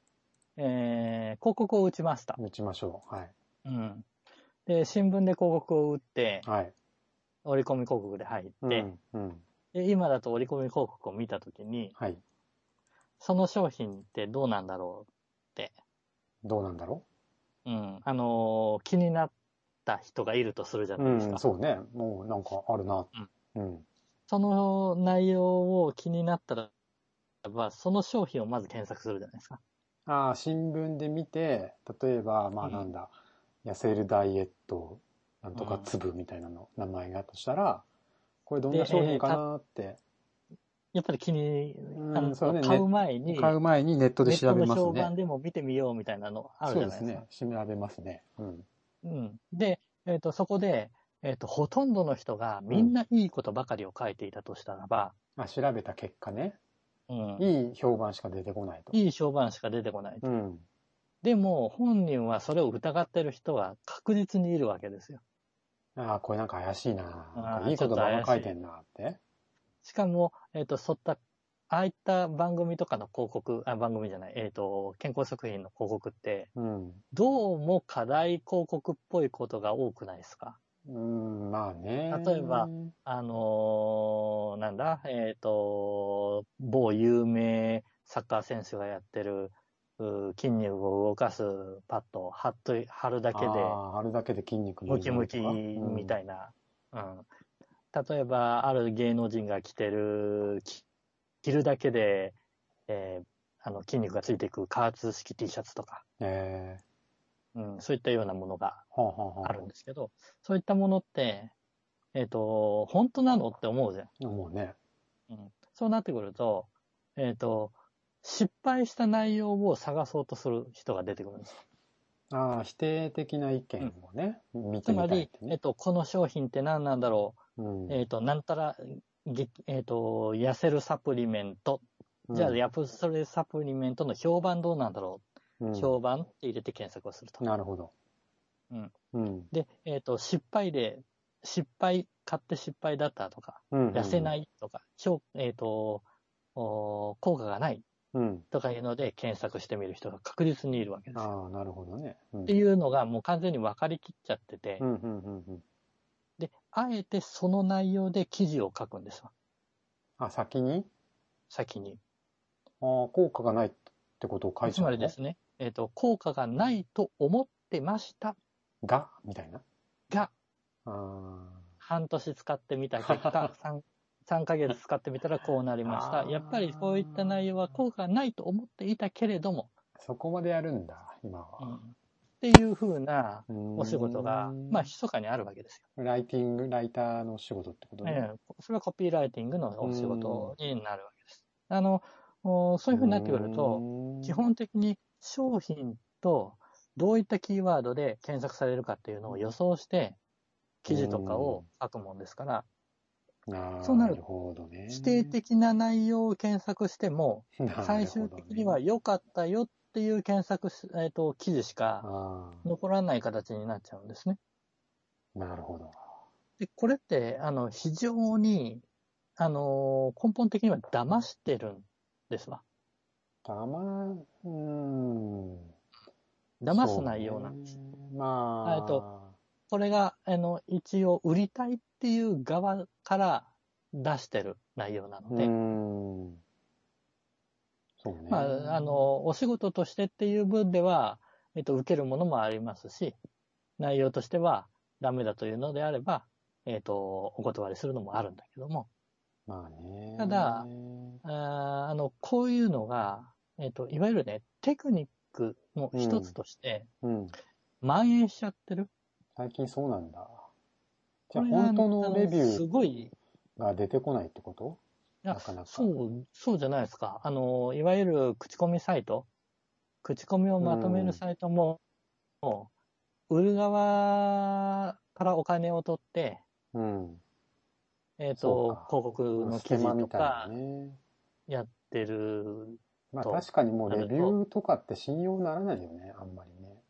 [SPEAKER 2] えー広告を打ちました。
[SPEAKER 1] 打ちましょう。はい。
[SPEAKER 2] うん。で、新聞で広告を打って、
[SPEAKER 1] はい。
[SPEAKER 2] 折り込み広告で入って、
[SPEAKER 1] うん。うん。
[SPEAKER 2] で今だと折り込み広告を見たときに、
[SPEAKER 1] はい。
[SPEAKER 2] その商品ってどうなんだろ
[SPEAKER 1] どうなんだろ
[SPEAKER 2] ううん。あのー気になった人がいるとするじゃ
[SPEAKER 1] う
[SPEAKER 2] な
[SPEAKER 1] う
[SPEAKER 2] いですか。
[SPEAKER 1] ん。そうね。もうなんかあるな。うん。
[SPEAKER 2] その内容を気になったら、まあその商品をまず検索するじゃないですか。
[SPEAKER 1] ああ、新聞で見て、例えば、まあ
[SPEAKER 2] うん
[SPEAKER 1] なんだ、痩せるダイエット、なんとか粒みたいなの、名前があったとしたら、これどんな
[SPEAKER 2] で
[SPEAKER 1] 商
[SPEAKER 2] え
[SPEAKER 1] 品
[SPEAKER 2] ー
[SPEAKER 1] かなって、
[SPEAKER 2] やっぱり気に、
[SPEAKER 1] うん
[SPEAKER 2] あの
[SPEAKER 1] そうね
[SPEAKER 2] 買う前に、
[SPEAKER 1] 買う前にネット
[SPEAKER 2] ネ
[SPEAKER 1] で
[SPEAKER 2] ッ
[SPEAKER 1] 調
[SPEAKER 2] ト
[SPEAKER 1] べ
[SPEAKER 2] の
[SPEAKER 1] ます
[SPEAKER 2] 評判
[SPEAKER 1] ね。
[SPEAKER 2] でも見てみようみたいなのある
[SPEAKER 1] そ
[SPEAKER 2] じ
[SPEAKER 1] う
[SPEAKER 2] ゃ
[SPEAKER 1] で
[SPEAKER 2] ない
[SPEAKER 1] す
[SPEAKER 2] ですか。
[SPEAKER 1] ね。調べますね。うん。
[SPEAKER 2] うん。で、えっ、と、そこで、えっ、と、ほとんどの人がみんないいことばかりを書いていたとしたらば、
[SPEAKER 1] あ、調べた結果ね、
[SPEAKER 2] うん
[SPEAKER 1] いい評判しか出てこないと。
[SPEAKER 2] いい評判しか出てこない。
[SPEAKER 1] うん。
[SPEAKER 2] でも、本人はそれを疑ってる人は確実にいるわけですよ。
[SPEAKER 1] ああ、これなんか怪しいな。
[SPEAKER 2] あー
[SPEAKER 1] なんかいいことばっか書いてんなって。
[SPEAKER 2] しかも、えっ、と、そういった、ああいった番組とかの広告、あ、番組じゃない、えっ、と、健康食品の広告って、
[SPEAKER 1] うん。
[SPEAKER 2] どうも課題広告っぽいことが多くないですか
[SPEAKER 1] うん、まあね。
[SPEAKER 2] 例えばあのーなんだ、えっ、と、某有名サッカー選手がやってる、うー筋肉を動かすパッドを貼っとい貼るだけで、
[SPEAKER 1] ああ、あるだけで筋肉
[SPEAKER 2] ムキムキみた
[SPEAKER 1] い
[SPEAKER 2] いな。うん。例えば、ある芸能人が着てる、き着るだけで、えーあの、筋肉がついていく加圧式 T シャツとか、
[SPEAKER 1] な。ええ
[SPEAKER 2] うん、そういったようなものが
[SPEAKER 1] ー。はあ、はあはあ、
[SPEAKER 2] あるんですけど、そういったものって、えっ、と、本当なのって思うじゃん。
[SPEAKER 1] もうね。
[SPEAKER 2] うん。そうなってくると、えっ、と、失敗した内容を探そうとする人が出てくるんです。
[SPEAKER 1] ああ、否定的な意見をね、見
[SPEAKER 2] つ
[SPEAKER 1] てみた
[SPEAKER 2] ま
[SPEAKER 1] いっ
[SPEAKER 2] り
[SPEAKER 1] て、
[SPEAKER 2] えっ、
[SPEAKER 1] ね。
[SPEAKER 2] と、この商品って何なんだろう
[SPEAKER 1] うん
[SPEAKER 2] えっ、と、なんたら、げえっ、と、痩せるサプリメント。じゃあ、
[SPEAKER 1] うん
[SPEAKER 2] やっぱそれサプリメントの評判どうなんだろ
[SPEAKER 1] う
[SPEAKER 2] う、
[SPEAKER 1] ん
[SPEAKER 2] 評判って入れて検索をすると。
[SPEAKER 1] なるほど。
[SPEAKER 2] うん。
[SPEAKER 1] うん。
[SPEAKER 2] で、えっ、と、失敗で、失敗、買って失敗だったとか、
[SPEAKER 1] うん。。
[SPEAKER 2] 痩せないいとか、評えっ、とおー効果がない
[SPEAKER 1] うん。
[SPEAKER 2] とかいうので検索してみる人が確実にいるわけですよ。
[SPEAKER 1] ああ、なるほどね。うん
[SPEAKER 2] っていうのがもう完全に分かりきっちゃってて、
[SPEAKER 1] うんうんうんうん。
[SPEAKER 2] で、あえてその内容で記事を書くんですわ、
[SPEAKER 1] あ、先に
[SPEAKER 2] 先に。
[SPEAKER 1] ああ、効果がないってことを書い
[SPEAKER 2] つ
[SPEAKER 1] ちゃう
[SPEAKER 2] ま
[SPEAKER 1] の
[SPEAKER 2] りですね、えっ、と、効果がないと思ってました
[SPEAKER 1] が、みたいな。
[SPEAKER 2] が、
[SPEAKER 1] あ
[SPEAKER 2] 半年使ってみた結 果、3, 3ヶ月使ってみたらこうなりまし
[SPEAKER 1] あ
[SPEAKER 2] た。
[SPEAKER 1] ー
[SPEAKER 2] やっぱりそういった内容は効果がないと思っていたけれども、
[SPEAKER 1] あ、そこまでやるんだ、今
[SPEAKER 2] うん
[SPEAKER 1] は。
[SPEAKER 2] っていう風な
[SPEAKER 1] お
[SPEAKER 2] お仕事が、まあ、密かにあるわけです
[SPEAKER 1] ライティング、ライターの仕事ってこと
[SPEAKER 2] よ。ええそれはコピーライティングのお仕事になるわけです。あの、おそ
[SPEAKER 1] そう
[SPEAKER 2] いう風になってくると、
[SPEAKER 1] と
[SPEAKER 2] 基本的に商品とどういったキーワードで検索されるかっていうのを予想して、記事とかを書くもんですから、そうなる
[SPEAKER 1] なるほどね。
[SPEAKER 2] 否定的な内容を検索しても、
[SPEAKER 1] なるほどね。
[SPEAKER 2] 最終的には良かったよっていう検索し、えっ、と、記事しか
[SPEAKER 1] ああ、
[SPEAKER 2] 残らない形になっちゃうんですね。
[SPEAKER 1] なるほど。
[SPEAKER 2] で、これって、あの、非常に、あのー根本的には騙してるんですわ。
[SPEAKER 1] たま、うーん。
[SPEAKER 2] 騙す内容なんです。
[SPEAKER 1] そうね。まあ。
[SPEAKER 2] えっとそれが、あの、一応、売りたいっていう側から出してる内容なの
[SPEAKER 1] う
[SPEAKER 2] で、
[SPEAKER 1] ーん。そうね。
[SPEAKER 2] まあ、あ、の、お仕事としてっていう分では、えっと、受けるものもありますし、内容としてはダメだというのであれば、えっと、お断りするのもあるんだけども、
[SPEAKER 1] まあね。
[SPEAKER 2] ただ、あーあの、こういうのが、えっと、いわゆるね、テクニックの一つとして、
[SPEAKER 1] うん。
[SPEAKER 2] 蔓延しちゃってる。
[SPEAKER 1] 最近そうなんだ。じゃあ
[SPEAKER 2] これが
[SPEAKER 1] 本当のレビ
[SPEAKER 2] あのす
[SPEAKER 1] ュ
[SPEAKER 2] ごい、
[SPEAKER 1] ーが出てこないってこと
[SPEAKER 2] いや
[SPEAKER 1] なかなか
[SPEAKER 2] そう、そうじゃないですか。あの、いわゆる口コミサイト、口コミをまとめ
[SPEAKER 1] う
[SPEAKER 2] る
[SPEAKER 1] ん
[SPEAKER 2] サイトも、もう売る側からお金を取って、
[SPEAKER 1] うん。
[SPEAKER 2] えっ、
[SPEAKER 1] そう
[SPEAKER 2] と
[SPEAKER 1] か、
[SPEAKER 2] 広告の記
[SPEAKER 1] 隙間
[SPEAKER 2] 事
[SPEAKER 1] み
[SPEAKER 2] と
[SPEAKER 1] たいな
[SPEAKER 2] か
[SPEAKER 1] ね。
[SPEAKER 2] やってる。
[SPEAKER 1] まあ
[SPEAKER 2] と
[SPEAKER 1] 確かにもう
[SPEAKER 2] な
[SPEAKER 1] レ
[SPEAKER 2] ると
[SPEAKER 1] ビューとかって信用ならないよね、あんまりね。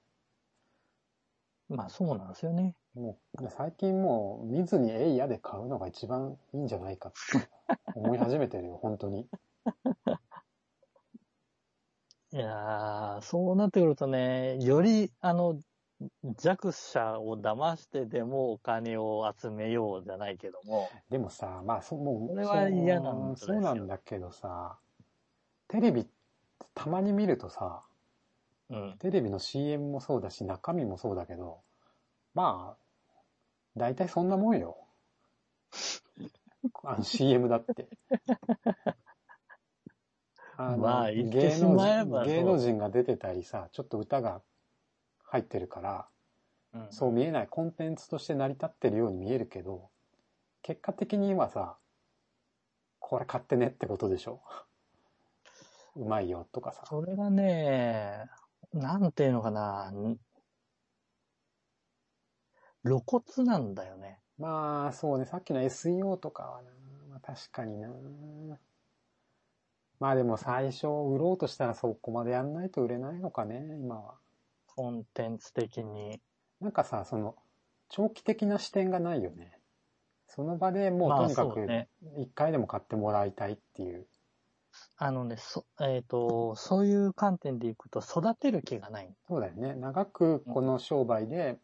[SPEAKER 2] まあそうなんですよね。
[SPEAKER 1] もう最近もう見ずにえいやで買うのが一番いいんじゃないかって思い始めて るよ、本当に。
[SPEAKER 2] いやー、そうなってくるとね、より、あの、弱者を騙してでもお金を集めようじゃないけども、
[SPEAKER 1] でもさ、まあそう、もう、
[SPEAKER 2] これは嫌なのとです
[SPEAKER 1] そ
[SPEAKER 2] よ
[SPEAKER 1] うなんだけどさ、テレビたまに見るとさ、
[SPEAKER 2] うん。
[SPEAKER 1] テレビの CM もそうだし、中身もそうだけど、まあ、大体そんなもん よ。あの CM だって。あの
[SPEAKER 2] まあ言って
[SPEAKER 1] 芸能
[SPEAKER 2] しまえば
[SPEAKER 1] 人芸能人が出てたりさ、ちょっと歌が入ってるから、
[SPEAKER 2] うん、
[SPEAKER 1] そう見えないコンテンツとして成り立ってるように見えるけど、結果的に今さ、これ買ってねってことでしょ。うまいよとかさ。
[SPEAKER 2] それがね、なんていうのかな、ん露骨なんだよね。
[SPEAKER 1] まあ、そうね。さっきの SEO とかはな、まあ、確かにな。まあでも最初売ろうとしたらそこまでやんないと売れないのかね、今は。
[SPEAKER 2] コンテンツ的に。
[SPEAKER 1] なんかさ、その、長期的な視点がないよね。その場でもう
[SPEAKER 2] まあ
[SPEAKER 1] とにか
[SPEAKER 2] そうね
[SPEAKER 1] く、一回でも買ってもらいたいっていう。
[SPEAKER 2] あのね、そ、えっ、と、そういう観点でいくと育てる気がない。
[SPEAKER 1] そうだよね。長くこの商売で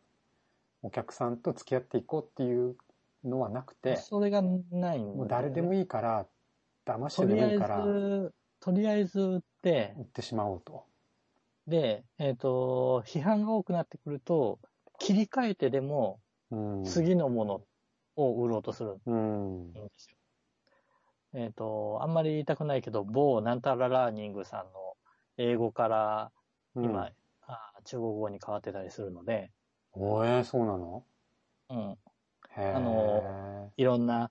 [SPEAKER 1] お客さんと付き合っていこうっていうのはなくて、
[SPEAKER 2] それがないんだよね
[SPEAKER 1] もう誰でもいいから、騙して
[SPEAKER 2] と
[SPEAKER 1] で
[SPEAKER 2] り
[SPEAKER 1] も
[SPEAKER 2] あ
[SPEAKER 1] い
[SPEAKER 2] え
[SPEAKER 1] いから、売
[SPEAKER 2] ず、とりあえず売って、
[SPEAKER 1] ってしまおうと。
[SPEAKER 2] で、えっ、と、批判が多くなってくると、切り替えてでも
[SPEAKER 1] うん。
[SPEAKER 2] 次のものを売ろうとする
[SPEAKER 1] うん。
[SPEAKER 2] んですよ。えっ、と、あんまり言いたくないけど、某なんたらラーニングさんの英語から今、
[SPEAKER 1] うん
[SPEAKER 2] あ中国語に変わってたりするので、
[SPEAKER 1] おえそうなの
[SPEAKER 2] うん、
[SPEAKER 1] へえ。
[SPEAKER 2] あ
[SPEAKER 1] の
[SPEAKER 2] いろんな、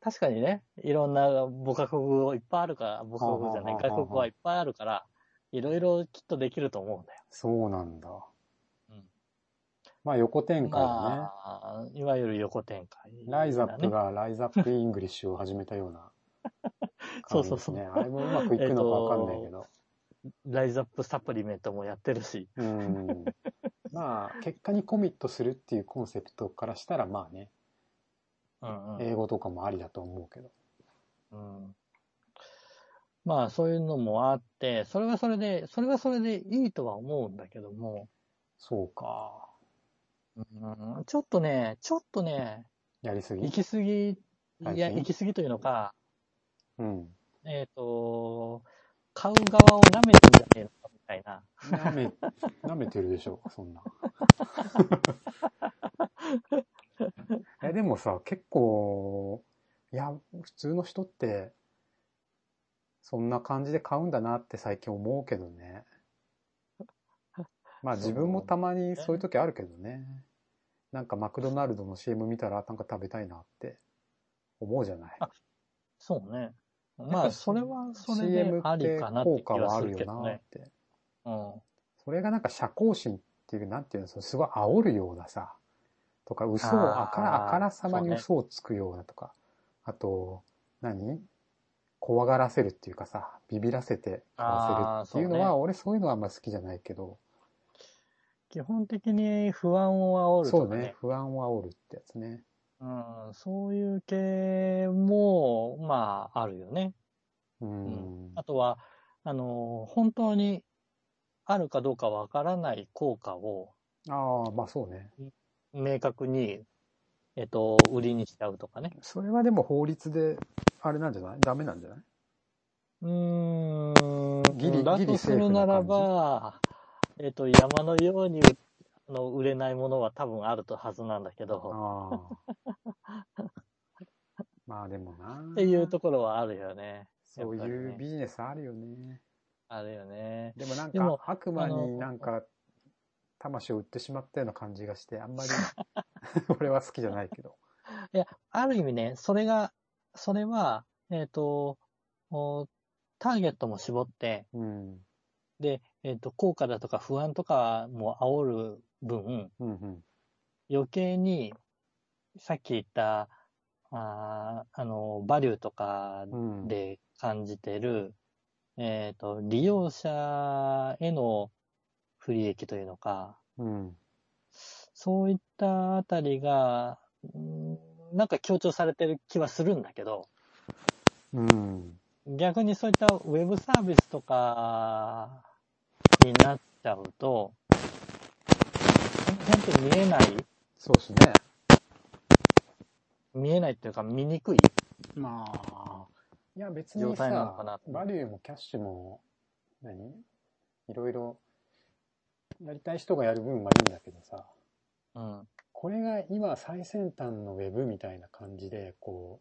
[SPEAKER 2] 確かにね、いろんな母国語いっぱいあるから、母国語じゃない、
[SPEAKER 1] はあはあはあはあ
[SPEAKER 2] 外国語はいっぱいあるから、いろいろきっとできると思うんだよ。
[SPEAKER 1] そうなんだ。
[SPEAKER 2] うん
[SPEAKER 1] まあ横展開だね。
[SPEAKER 2] まあ、いわゆる横展開、
[SPEAKER 1] ライザップ。がライザップイングリッシュを始めたような感
[SPEAKER 2] そう
[SPEAKER 1] じで
[SPEAKER 2] そう
[SPEAKER 1] す
[SPEAKER 2] そう
[SPEAKER 1] ね。あれもうまくいくのかわかんないけど。
[SPEAKER 2] ライザップサプリメントもやってるし、
[SPEAKER 1] うん。まあ、結果にコミットするっていうコンセプトからしたら、まあね、
[SPEAKER 2] うんうん
[SPEAKER 1] 英語とかもありだと思うけど。
[SPEAKER 2] うんまあそういうのもあって、それはそれで、それはそれでいいとは思うんだけども、
[SPEAKER 1] そうか。
[SPEAKER 2] うんちょっとね、ちょっとね、
[SPEAKER 1] やりすぎ
[SPEAKER 2] 行き過ぎ、い
[SPEAKER 1] 最
[SPEAKER 2] や、
[SPEAKER 1] 近
[SPEAKER 2] 行き過ぎというのか、
[SPEAKER 1] うん。
[SPEAKER 2] えっ、と、買う側を舐めてんじゃねえのかみたいな。
[SPEAKER 1] なめ、なめてるでしょ、そん な。え、でもさ、結構、いや、普通の人って、そんな感じで買うんだなって最近思うけど ね。まあ
[SPEAKER 2] そう
[SPEAKER 1] 自分もたまにそういう時あるけどね。なんかマクドナルドの CM 見たらなんか食べたいなって思うじゃない。
[SPEAKER 2] あそうね。まあそれはそれで
[SPEAKER 1] CM
[SPEAKER 2] あ
[SPEAKER 1] っ
[SPEAKER 2] り
[SPEAKER 1] て
[SPEAKER 2] かなっ
[SPEAKER 1] 効
[SPEAKER 2] て
[SPEAKER 1] 果
[SPEAKER 2] 気は
[SPEAKER 1] はあ
[SPEAKER 2] す
[SPEAKER 1] る
[SPEAKER 2] るけ
[SPEAKER 1] よ
[SPEAKER 2] ど
[SPEAKER 1] なっ
[SPEAKER 2] ね。
[SPEAKER 1] て。
[SPEAKER 2] うん。
[SPEAKER 1] それがなんか社交心っていう、なんていうの、そのすごい煽るようなさ、とか、嘘を、
[SPEAKER 2] あー
[SPEAKER 1] あから、あからさまに
[SPEAKER 2] そうね
[SPEAKER 1] 嘘をつくようなとか、あと、何怖がらせるっていうかさ、ビビらせて買わせるっていうのは、
[SPEAKER 2] あーそう
[SPEAKER 1] 俺そういうのはあんま好きじゃないけど、
[SPEAKER 2] 基本的に不安を煽る
[SPEAKER 1] そ
[SPEAKER 2] と
[SPEAKER 1] う
[SPEAKER 2] か
[SPEAKER 1] ね
[SPEAKER 2] ね、。
[SPEAKER 1] 不安を煽るってやつね。
[SPEAKER 2] うん、そういう系も、まあ、あるよね。
[SPEAKER 1] うん。
[SPEAKER 2] あとは、あの、本当にあるかどうかわからない効果を
[SPEAKER 1] ああ、まあそうね。
[SPEAKER 2] 明確に、えっと、売りにしちゃうとかね。
[SPEAKER 1] それはでも法律で、あれなんじゃないダメなんじゃないう
[SPEAKER 2] ーん。
[SPEAKER 1] ギリ
[SPEAKER 2] だ
[SPEAKER 1] ギリ
[SPEAKER 2] とす
[SPEAKER 1] セー
[SPEAKER 2] る
[SPEAKER 1] フな
[SPEAKER 2] な
[SPEAKER 1] 感じ
[SPEAKER 2] らば、えっと、山のように、あの、売れないものは多分あるとはずなんだけど、
[SPEAKER 1] ああ。 まあでもな。
[SPEAKER 2] っていうところはあるよね。
[SPEAKER 1] そう
[SPEAKER 2] やっぱり
[SPEAKER 1] いう
[SPEAKER 2] ね
[SPEAKER 1] ビジネスあるよね。
[SPEAKER 2] あるよね。
[SPEAKER 1] でもなん
[SPEAKER 2] でも
[SPEAKER 1] か、悪魔
[SPEAKER 2] あの
[SPEAKER 1] になんか、魂を売ってしまったような感じがして、あん まり、俺は好きじゃないけど。
[SPEAKER 2] ある意味ね、それが、それは、えっ、と、おターゲットも絞って、
[SPEAKER 1] うん。
[SPEAKER 2] で、えっ、と、効果だとか不安とかも煽る分、
[SPEAKER 1] うんうん。
[SPEAKER 2] 余計に、さっき言った、あーあの、バリューとか
[SPEAKER 1] うん。
[SPEAKER 2] で感じてる、えっ、と、利用者への不利益というのか、
[SPEAKER 1] うん。
[SPEAKER 2] そういったあたりが、うんなんか強調されてる気はするんだけど、
[SPEAKER 1] うん。
[SPEAKER 2] 逆にそういったウェブサービスとかになっちゃうと、その辺って見えない
[SPEAKER 1] そうですね。
[SPEAKER 2] 見えないっていうか見にくい
[SPEAKER 1] まあ、いや別
[SPEAKER 2] 状
[SPEAKER 1] に
[SPEAKER 2] 態なのか
[SPEAKER 1] さ
[SPEAKER 2] な、
[SPEAKER 1] バリューもキャッシュも、何いろいろ、やりたい人がやる分はいいんだけどさ、
[SPEAKER 2] うん。
[SPEAKER 1] これが今最先端のウェブみたいな感じで、こ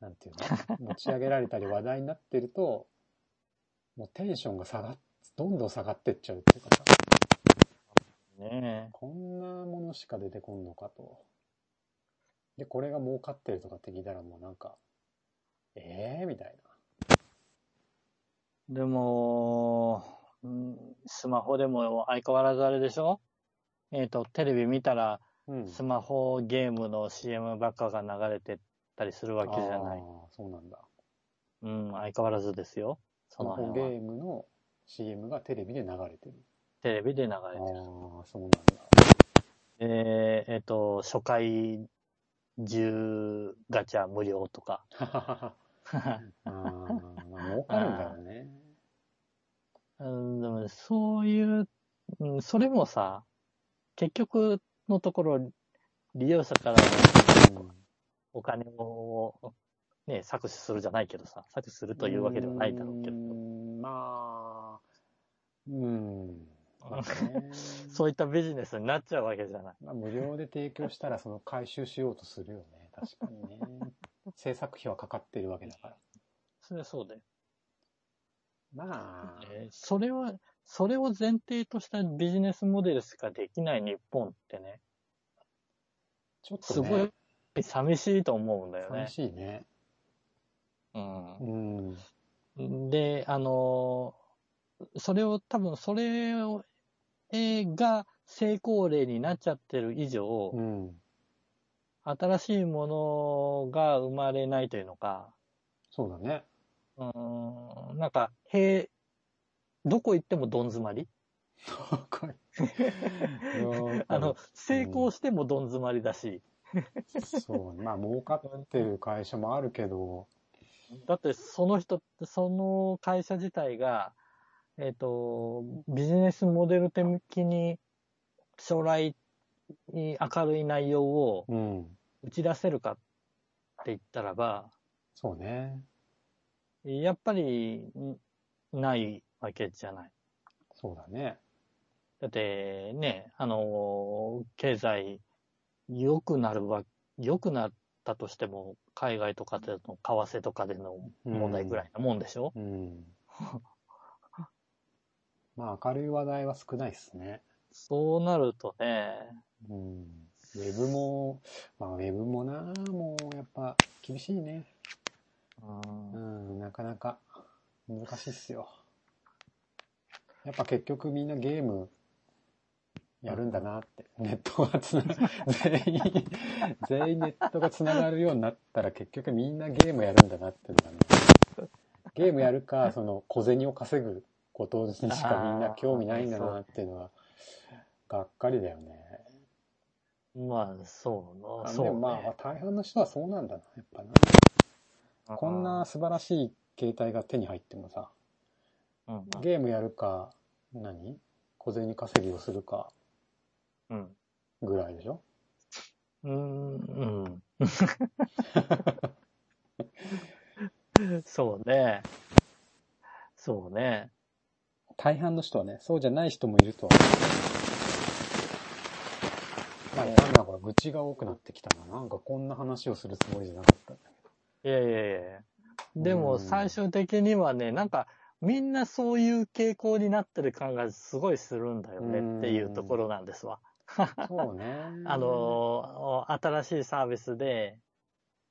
[SPEAKER 1] う、なんていう の持ち上げられたり話題になってると、もうテンションが下がっ、どんどん下がってっちゃうっていうかさ、
[SPEAKER 2] ね
[SPEAKER 1] こんなものしか出てこんのかと。で、これが儲かってるとかって聞いたらもうなんか、ええー、みたいな。
[SPEAKER 2] え。でも、うんスマホでも相変わらずあれでしょえっ、と、テレビ見たら、
[SPEAKER 1] うん
[SPEAKER 2] スマホゲームの CM ばっかが流れてたりするわけじゃない
[SPEAKER 1] あ。ーそうなんだ。
[SPEAKER 2] うん、相変わらずですよ。
[SPEAKER 1] ス
[SPEAKER 2] そ
[SPEAKER 1] マ
[SPEAKER 2] の
[SPEAKER 1] ホ
[SPEAKER 2] 辺
[SPEAKER 1] ゲー
[SPEAKER 2] は。
[SPEAKER 1] ムの CM がテレビで流れてる。
[SPEAKER 2] テレビで流
[SPEAKER 1] あ
[SPEAKER 2] れ
[SPEAKER 1] あ
[SPEAKER 2] てる。、
[SPEAKER 1] そうなん
[SPEAKER 2] えーえっと、初回10ガチャ無料とか。
[SPEAKER 1] だ。 あーまあ、儲かるんだろうね。
[SPEAKER 2] うん、でもそういう、うん、それもさ、結局のところ、利用者から
[SPEAKER 1] うん
[SPEAKER 2] お金を、ね、搾取するじゃないけどさ、搾取するというわけではないだろうけ
[SPEAKER 1] ー、
[SPEAKER 2] ど
[SPEAKER 1] んまあ、うん。まあ ね
[SPEAKER 2] そういったビジネスになっちゃうわけじゃない。
[SPEAKER 1] まあ、無料で提供したら、その回収しようとするよね。確かにね。制作費はかかってるわけだから。
[SPEAKER 2] それはそうだよ。
[SPEAKER 1] まあ、
[SPEAKER 2] えーそれは、それを前提としたビジネスモデルしかできない日本ってね、
[SPEAKER 1] ちょっ
[SPEAKER 2] す
[SPEAKER 1] と
[SPEAKER 2] ご
[SPEAKER 1] ね
[SPEAKER 2] い、寂しいと思うんだよね
[SPEAKER 1] 寂。しいね。うん。
[SPEAKER 2] うん、で、あのーそれを多分それを、えーが成功例になっちゃってる以上、
[SPEAKER 1] うん。
[SPEAKER 2] 新しいものが生まれないというのか、
[SPEAKER 1] そうだ ね。
[SPEAKER 2] うーん、なんか、へどこ行ってもどん詰まり
[SPEAKER 1] 高い。うん
[SPEAKER 2] あの、、成功してもどん詰まりだし、
[SPEAKER 1] そう、まあ、儲かってる会社もあるけど、
[SPEAKER 2] だってその人、その会社自体が、えっ、と、ビジネスモデル的に将来に明るい内容を
[SPEAKER 1] うん。
[SPEAKER 2] 打ち出せるかって言ったらば、
[SPEAKER 1] そうね。
[SPEAKER 2] やっぱりんないわけじゃない。
[SPEAKER 1] そうだね。
[SPEAKER 2] だってね、あの、経済良くなるわ、良くなったとしても、海外とかでの、為替とかでの問題ぐらいなもんでしょ、
[SPEAKER 1] うん。まあ、明るい話題は少ないですね。
[SPEAKER 2] そうなるとね、
[SPEAKER 1] うん。ウェブも、まあ、ウェブもな、もう、やっぱ、厳しいね。う
[SPEAKER 2] うん
[SPEAKER 1] ん、なかなか、難しいっすよ。やっぱ結局みんなゲーム、やるんだなって。ネットが つな、全員、全員ネットがつながるようになったら結局みんなゲームやるんだなっていうのがね。ゲームやる か、その小銭を稼ぐことにしかみんな興味ないんだなっていうのは、がっかりだよね。
[SPEAKER 2] まあ、そうな、
[SPEAKER 1] あ
[SPEAKER 2] そう、
[SPEAKER 1] で
[SPEAKER 2] ね。
[SPEAKER 1] もまあ、大半の人はそうなんだな、やっぱな。こんな素晴らしい携帯が手に入ってもさ、
[SPEAKER 2] うんうん
[SPEAKER 1] ゲームやるか、何小銭稼ぎをするか
[SPEAKER 2] うん。
[SPEAKER 1] ぐらいでしょ
[SPEAKER 2] うーん、うん。そうね。そうね。
[SPEAKER 1] 大半の人はね、そうじゃない人もいるとは思う。まあ、なんだこれ、愚痴が多くなってきたな。なんかこんな話をするつもりじゃなかったんだけ
[SPEAKER 2] いやいやいやいやで
[SPEAKER 1] うん
[SPEAKER 2] も最終的にはね、なんかみんなそういう傾向になってる感がすごいするんだよねっていうところなんですわ。。
[SPEAKER 1] ど。そうね
[SPEAKER 2] あ、のー、新しいサービスで、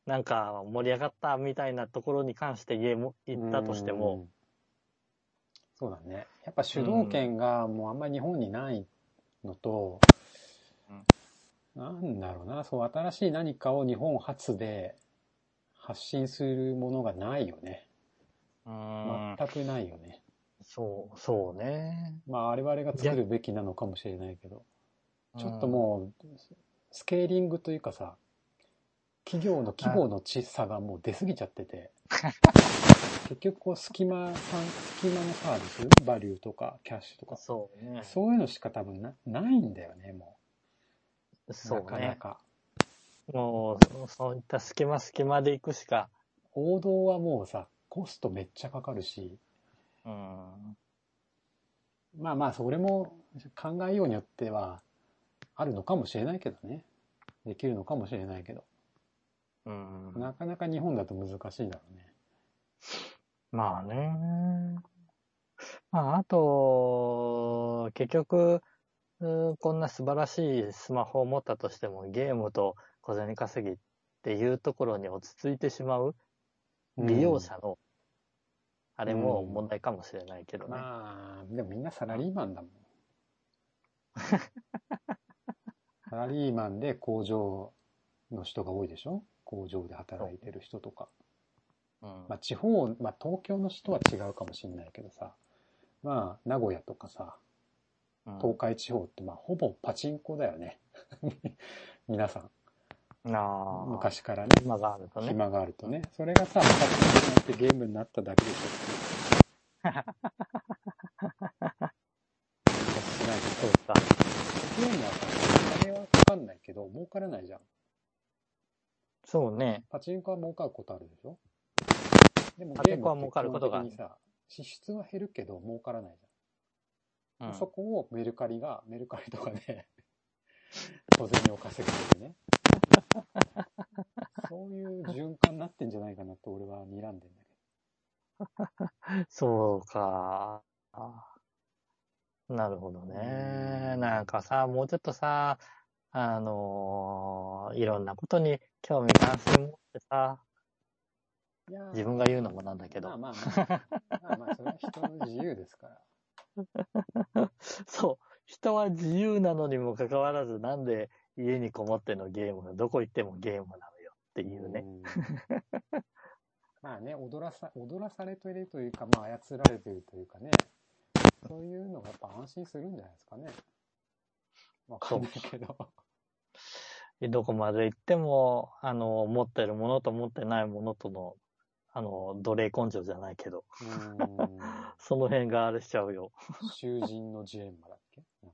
[SPEAKER 2] なんか盛り上がったみたいなところに関してゲーム行ったとしても、
[SPEAKER 1] うん。そうだね。やっぱ主導権がもうあんまり日本にないのと、なんだろうな、そう、新しい何かを日本発で発信するものがないよね。
[SPEAKER 2] うーん
[SPEAKER 1] 全くないよね。
[SPEAKER 2] そう、そうね。
[SPEAKER 1] まあ、我々が作るべきなのかもしれないけど。ちょっと
[SPEAKER 2] うん
[SPEAKER 1] もう、スケーリングというかさ、企業の規模の小さがもう出過ぎちゃって て、結局こう隙間さん、隙間のサービス、バリューとかキャッシュとか、
[SPEAKER 2] そうね。
[SPEAKER 1] そういうのしか多分なないんだよね、もう。
[SPEAKER 2] そ
[SPEAKER 1] な
[SPEAKER 2] う
[SPEAKER 1] かな
[SPEAKER 2] ね。
[SPEAKER 1] か。
[SPEAKER 2] もう、そそういった隙間隙間で行くしか、
[SPEAKER 1] 王道はもうさ、コストめっちゃかかるし、
[SPEAKER 2] うん。
[SPEAKER 1] まあまあ、それも考えようによっては、あるのかもしれないけどね。できるのかもしれないけど。
[SPEAKER 2] うん、
[SPEAKER 1] なかなか日本だと難しいんだろうね。
[SPEAKER 2] まあね。まあ、あと、結局、うーこんな素晴らしいスマホを持ったとしても、ゲームと小銭稼ぎっていうところに落ち着いてしまう利用者の、あれも
[SPEAKER 1] うん
[SPEAKER 2] 問題かもしれないけどね。
[SPEAKER 1] まあ、でもみんなサラリーマンだもん。サラリーマンで工場の人が多いでしょ工場で働いてる人とか。
[SPEAKER 2] うん
[SPEAKER 1] まあ地方、まあ東京の人は違うかもしれないけどさ。まあ、名古屋とかさ、
[SPEAKER 2] うん
[SPEAKER 1] 東海地方ってまあほぼパチンコだよね。 皆さん、
[SPEAKER 2] なあ、
[SPEAKER 1] 昔からね。
[SPEAKER 2] 今があるとね。
[SPEAKER 1] 暇があるとね。それがさ、パチンコになってゲームになっただけ でしょっていう。ないけど
[SPEAKER 2] そうか。
[SPEAKER 1] ゲームはさ、お金はかかんないけど、儲からないじゃん。
[SPEAKER 2] そうね。
[SPEAKER 1] パチンコは儲かることあるでしょでも
[SPEAKER 2] パチンコは儲かることがあ
[SPEAKER 1] ゲー
[SPEAKER 2] る
[SPEAKER 1] ムって基本的にさ、支出は減るけど儲からないじ
[SPEAKER 2] う
[SPEAKER 1] ゃん。
[SPEAKER 2] ん
[SPEAKER 1] そこをメルカリが、メルカリとかで、 小銭を稼ぐとかね。 そういう循環になってんじゃないかなと俺は睨んでんだけ
[SPEAKER 2] そうか。なるほどね。なんかさ、もうちょっとさ、あのーいろんなことに興味関心持ってさ、
[SPEAKER 1] ど。いやー
[SPEAKER 2] 自分が言うのもなんだけ
[SPEAKER 1] まあ
[SPEAKER 2] ど。
[SPEAKER 1] まあまあ。まあまあ、それは人の自由 ですから。
[SPEAKER 2] そう。人は自由なのにもかかわらず、なんで家にこもってのゲーム、どこ行ってもゲームなのよっていうね。
[SPEAKER 1] うん。 まあね、踊らさ、踊らされているというか、まあ操られているというかね、そういうのがやっぱ安心するんじゃないですかね。わかんないけど。
[SPEAKER 2] どこまで行っても、あの、持ってるものと持ってないものとの、あの、奴隷根性じゃないけど、
[SPEAKER 1] うん。
[SPEAKER 2] その辺があれしちゃうよ。
[SPEAKER 1] 囚人のジレンマだっけなん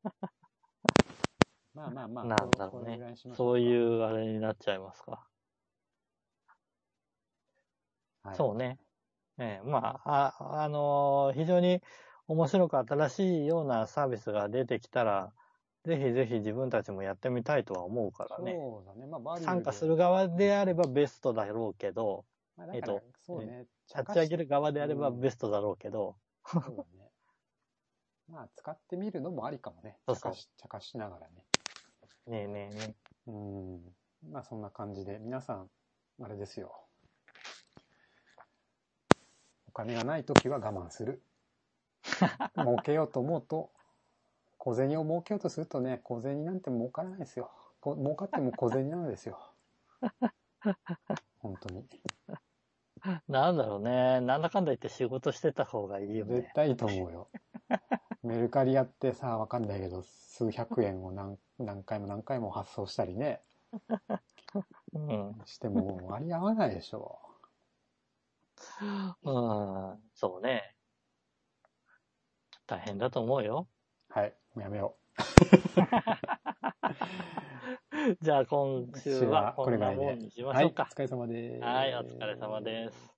[SPEAKER 1] か。まあまあまあ、
[SPEAKER 2] なんだろうね
[SPEAKER 1] これぐらいにしましょ
[SPEAKER 2] そういううあれになっちゃいますか。
[SPEAKER 1] か。はい、
[SPEAKER 2] そうね。ええまあ、あ、あのー非常に面白く新しいようなサービスが出てきたら、ぜひぜひ自分たちもやってみたいとは思うからね。
[SPEAKER 1] そうだね。まあ、バリューで
[SPEAKER 2] 参加する側であればベストだろうけど、
[SPEAKER 1] まあ、だ
[SPEAKER 2] えっ
[SPEAKER 1] から
[SPEAKER 2] と、
[SPEAKER 1] そうね。
[SPEAKER 2] 立ち上げ
[SPEAKER 1] る。
[SPEAKER 2] る側であればベストだろうけど、
[SPEAKER 1] そうだね。まあ、使ってみるのもありかもね。
[SPEAKER 2] そうそう
[SPEAKER 1] 茶化し、茶化しながらね。
[SPEAKER 2] ねえねえね
[SPEAKER 1] うん。まあそんな感じで、皆さん、あれですよ。お金がないときは我慢す る。儲けようと思うと、小銭を儲けようとするとね、小銭なんて儲からないですよ。こ儲かっても小銭なのです よ。本当に。
[SPEAKER 2] え。なんだろうね。なんだかんだ言って仕事してた方がいいよ
[SPEAKER 1] 絶
[SPEAKER 2] ね。
[SPEAKER 1] 対いいと思うよ。メルカリやってさ、わかんないけど、数百円を 何何回も何回も発送したりね、
[SPEAKER 2] うん。
[SPEAKER 1] しても割り合わないでしょ
[SPEAKER 2] うん、そうね。大変だと思うよ。
[SPEAKER 1] はい、もうやめよ
[SPEAKER 2] じゃあ今週はこんなもんにし
[SPEAKER 1] う。
[SPEAKER 2] ま
[SPEAKER 1] は
[SPEAKER 2] しょ
[SPEAKER 1] い、
[SPEAKER 2] う
[SPEAKER 1] お
[SPEAKER 2] か。
[SPEAKER 1] 疲れ様です。
[SPEAKER 2] はい、お疲れ様です。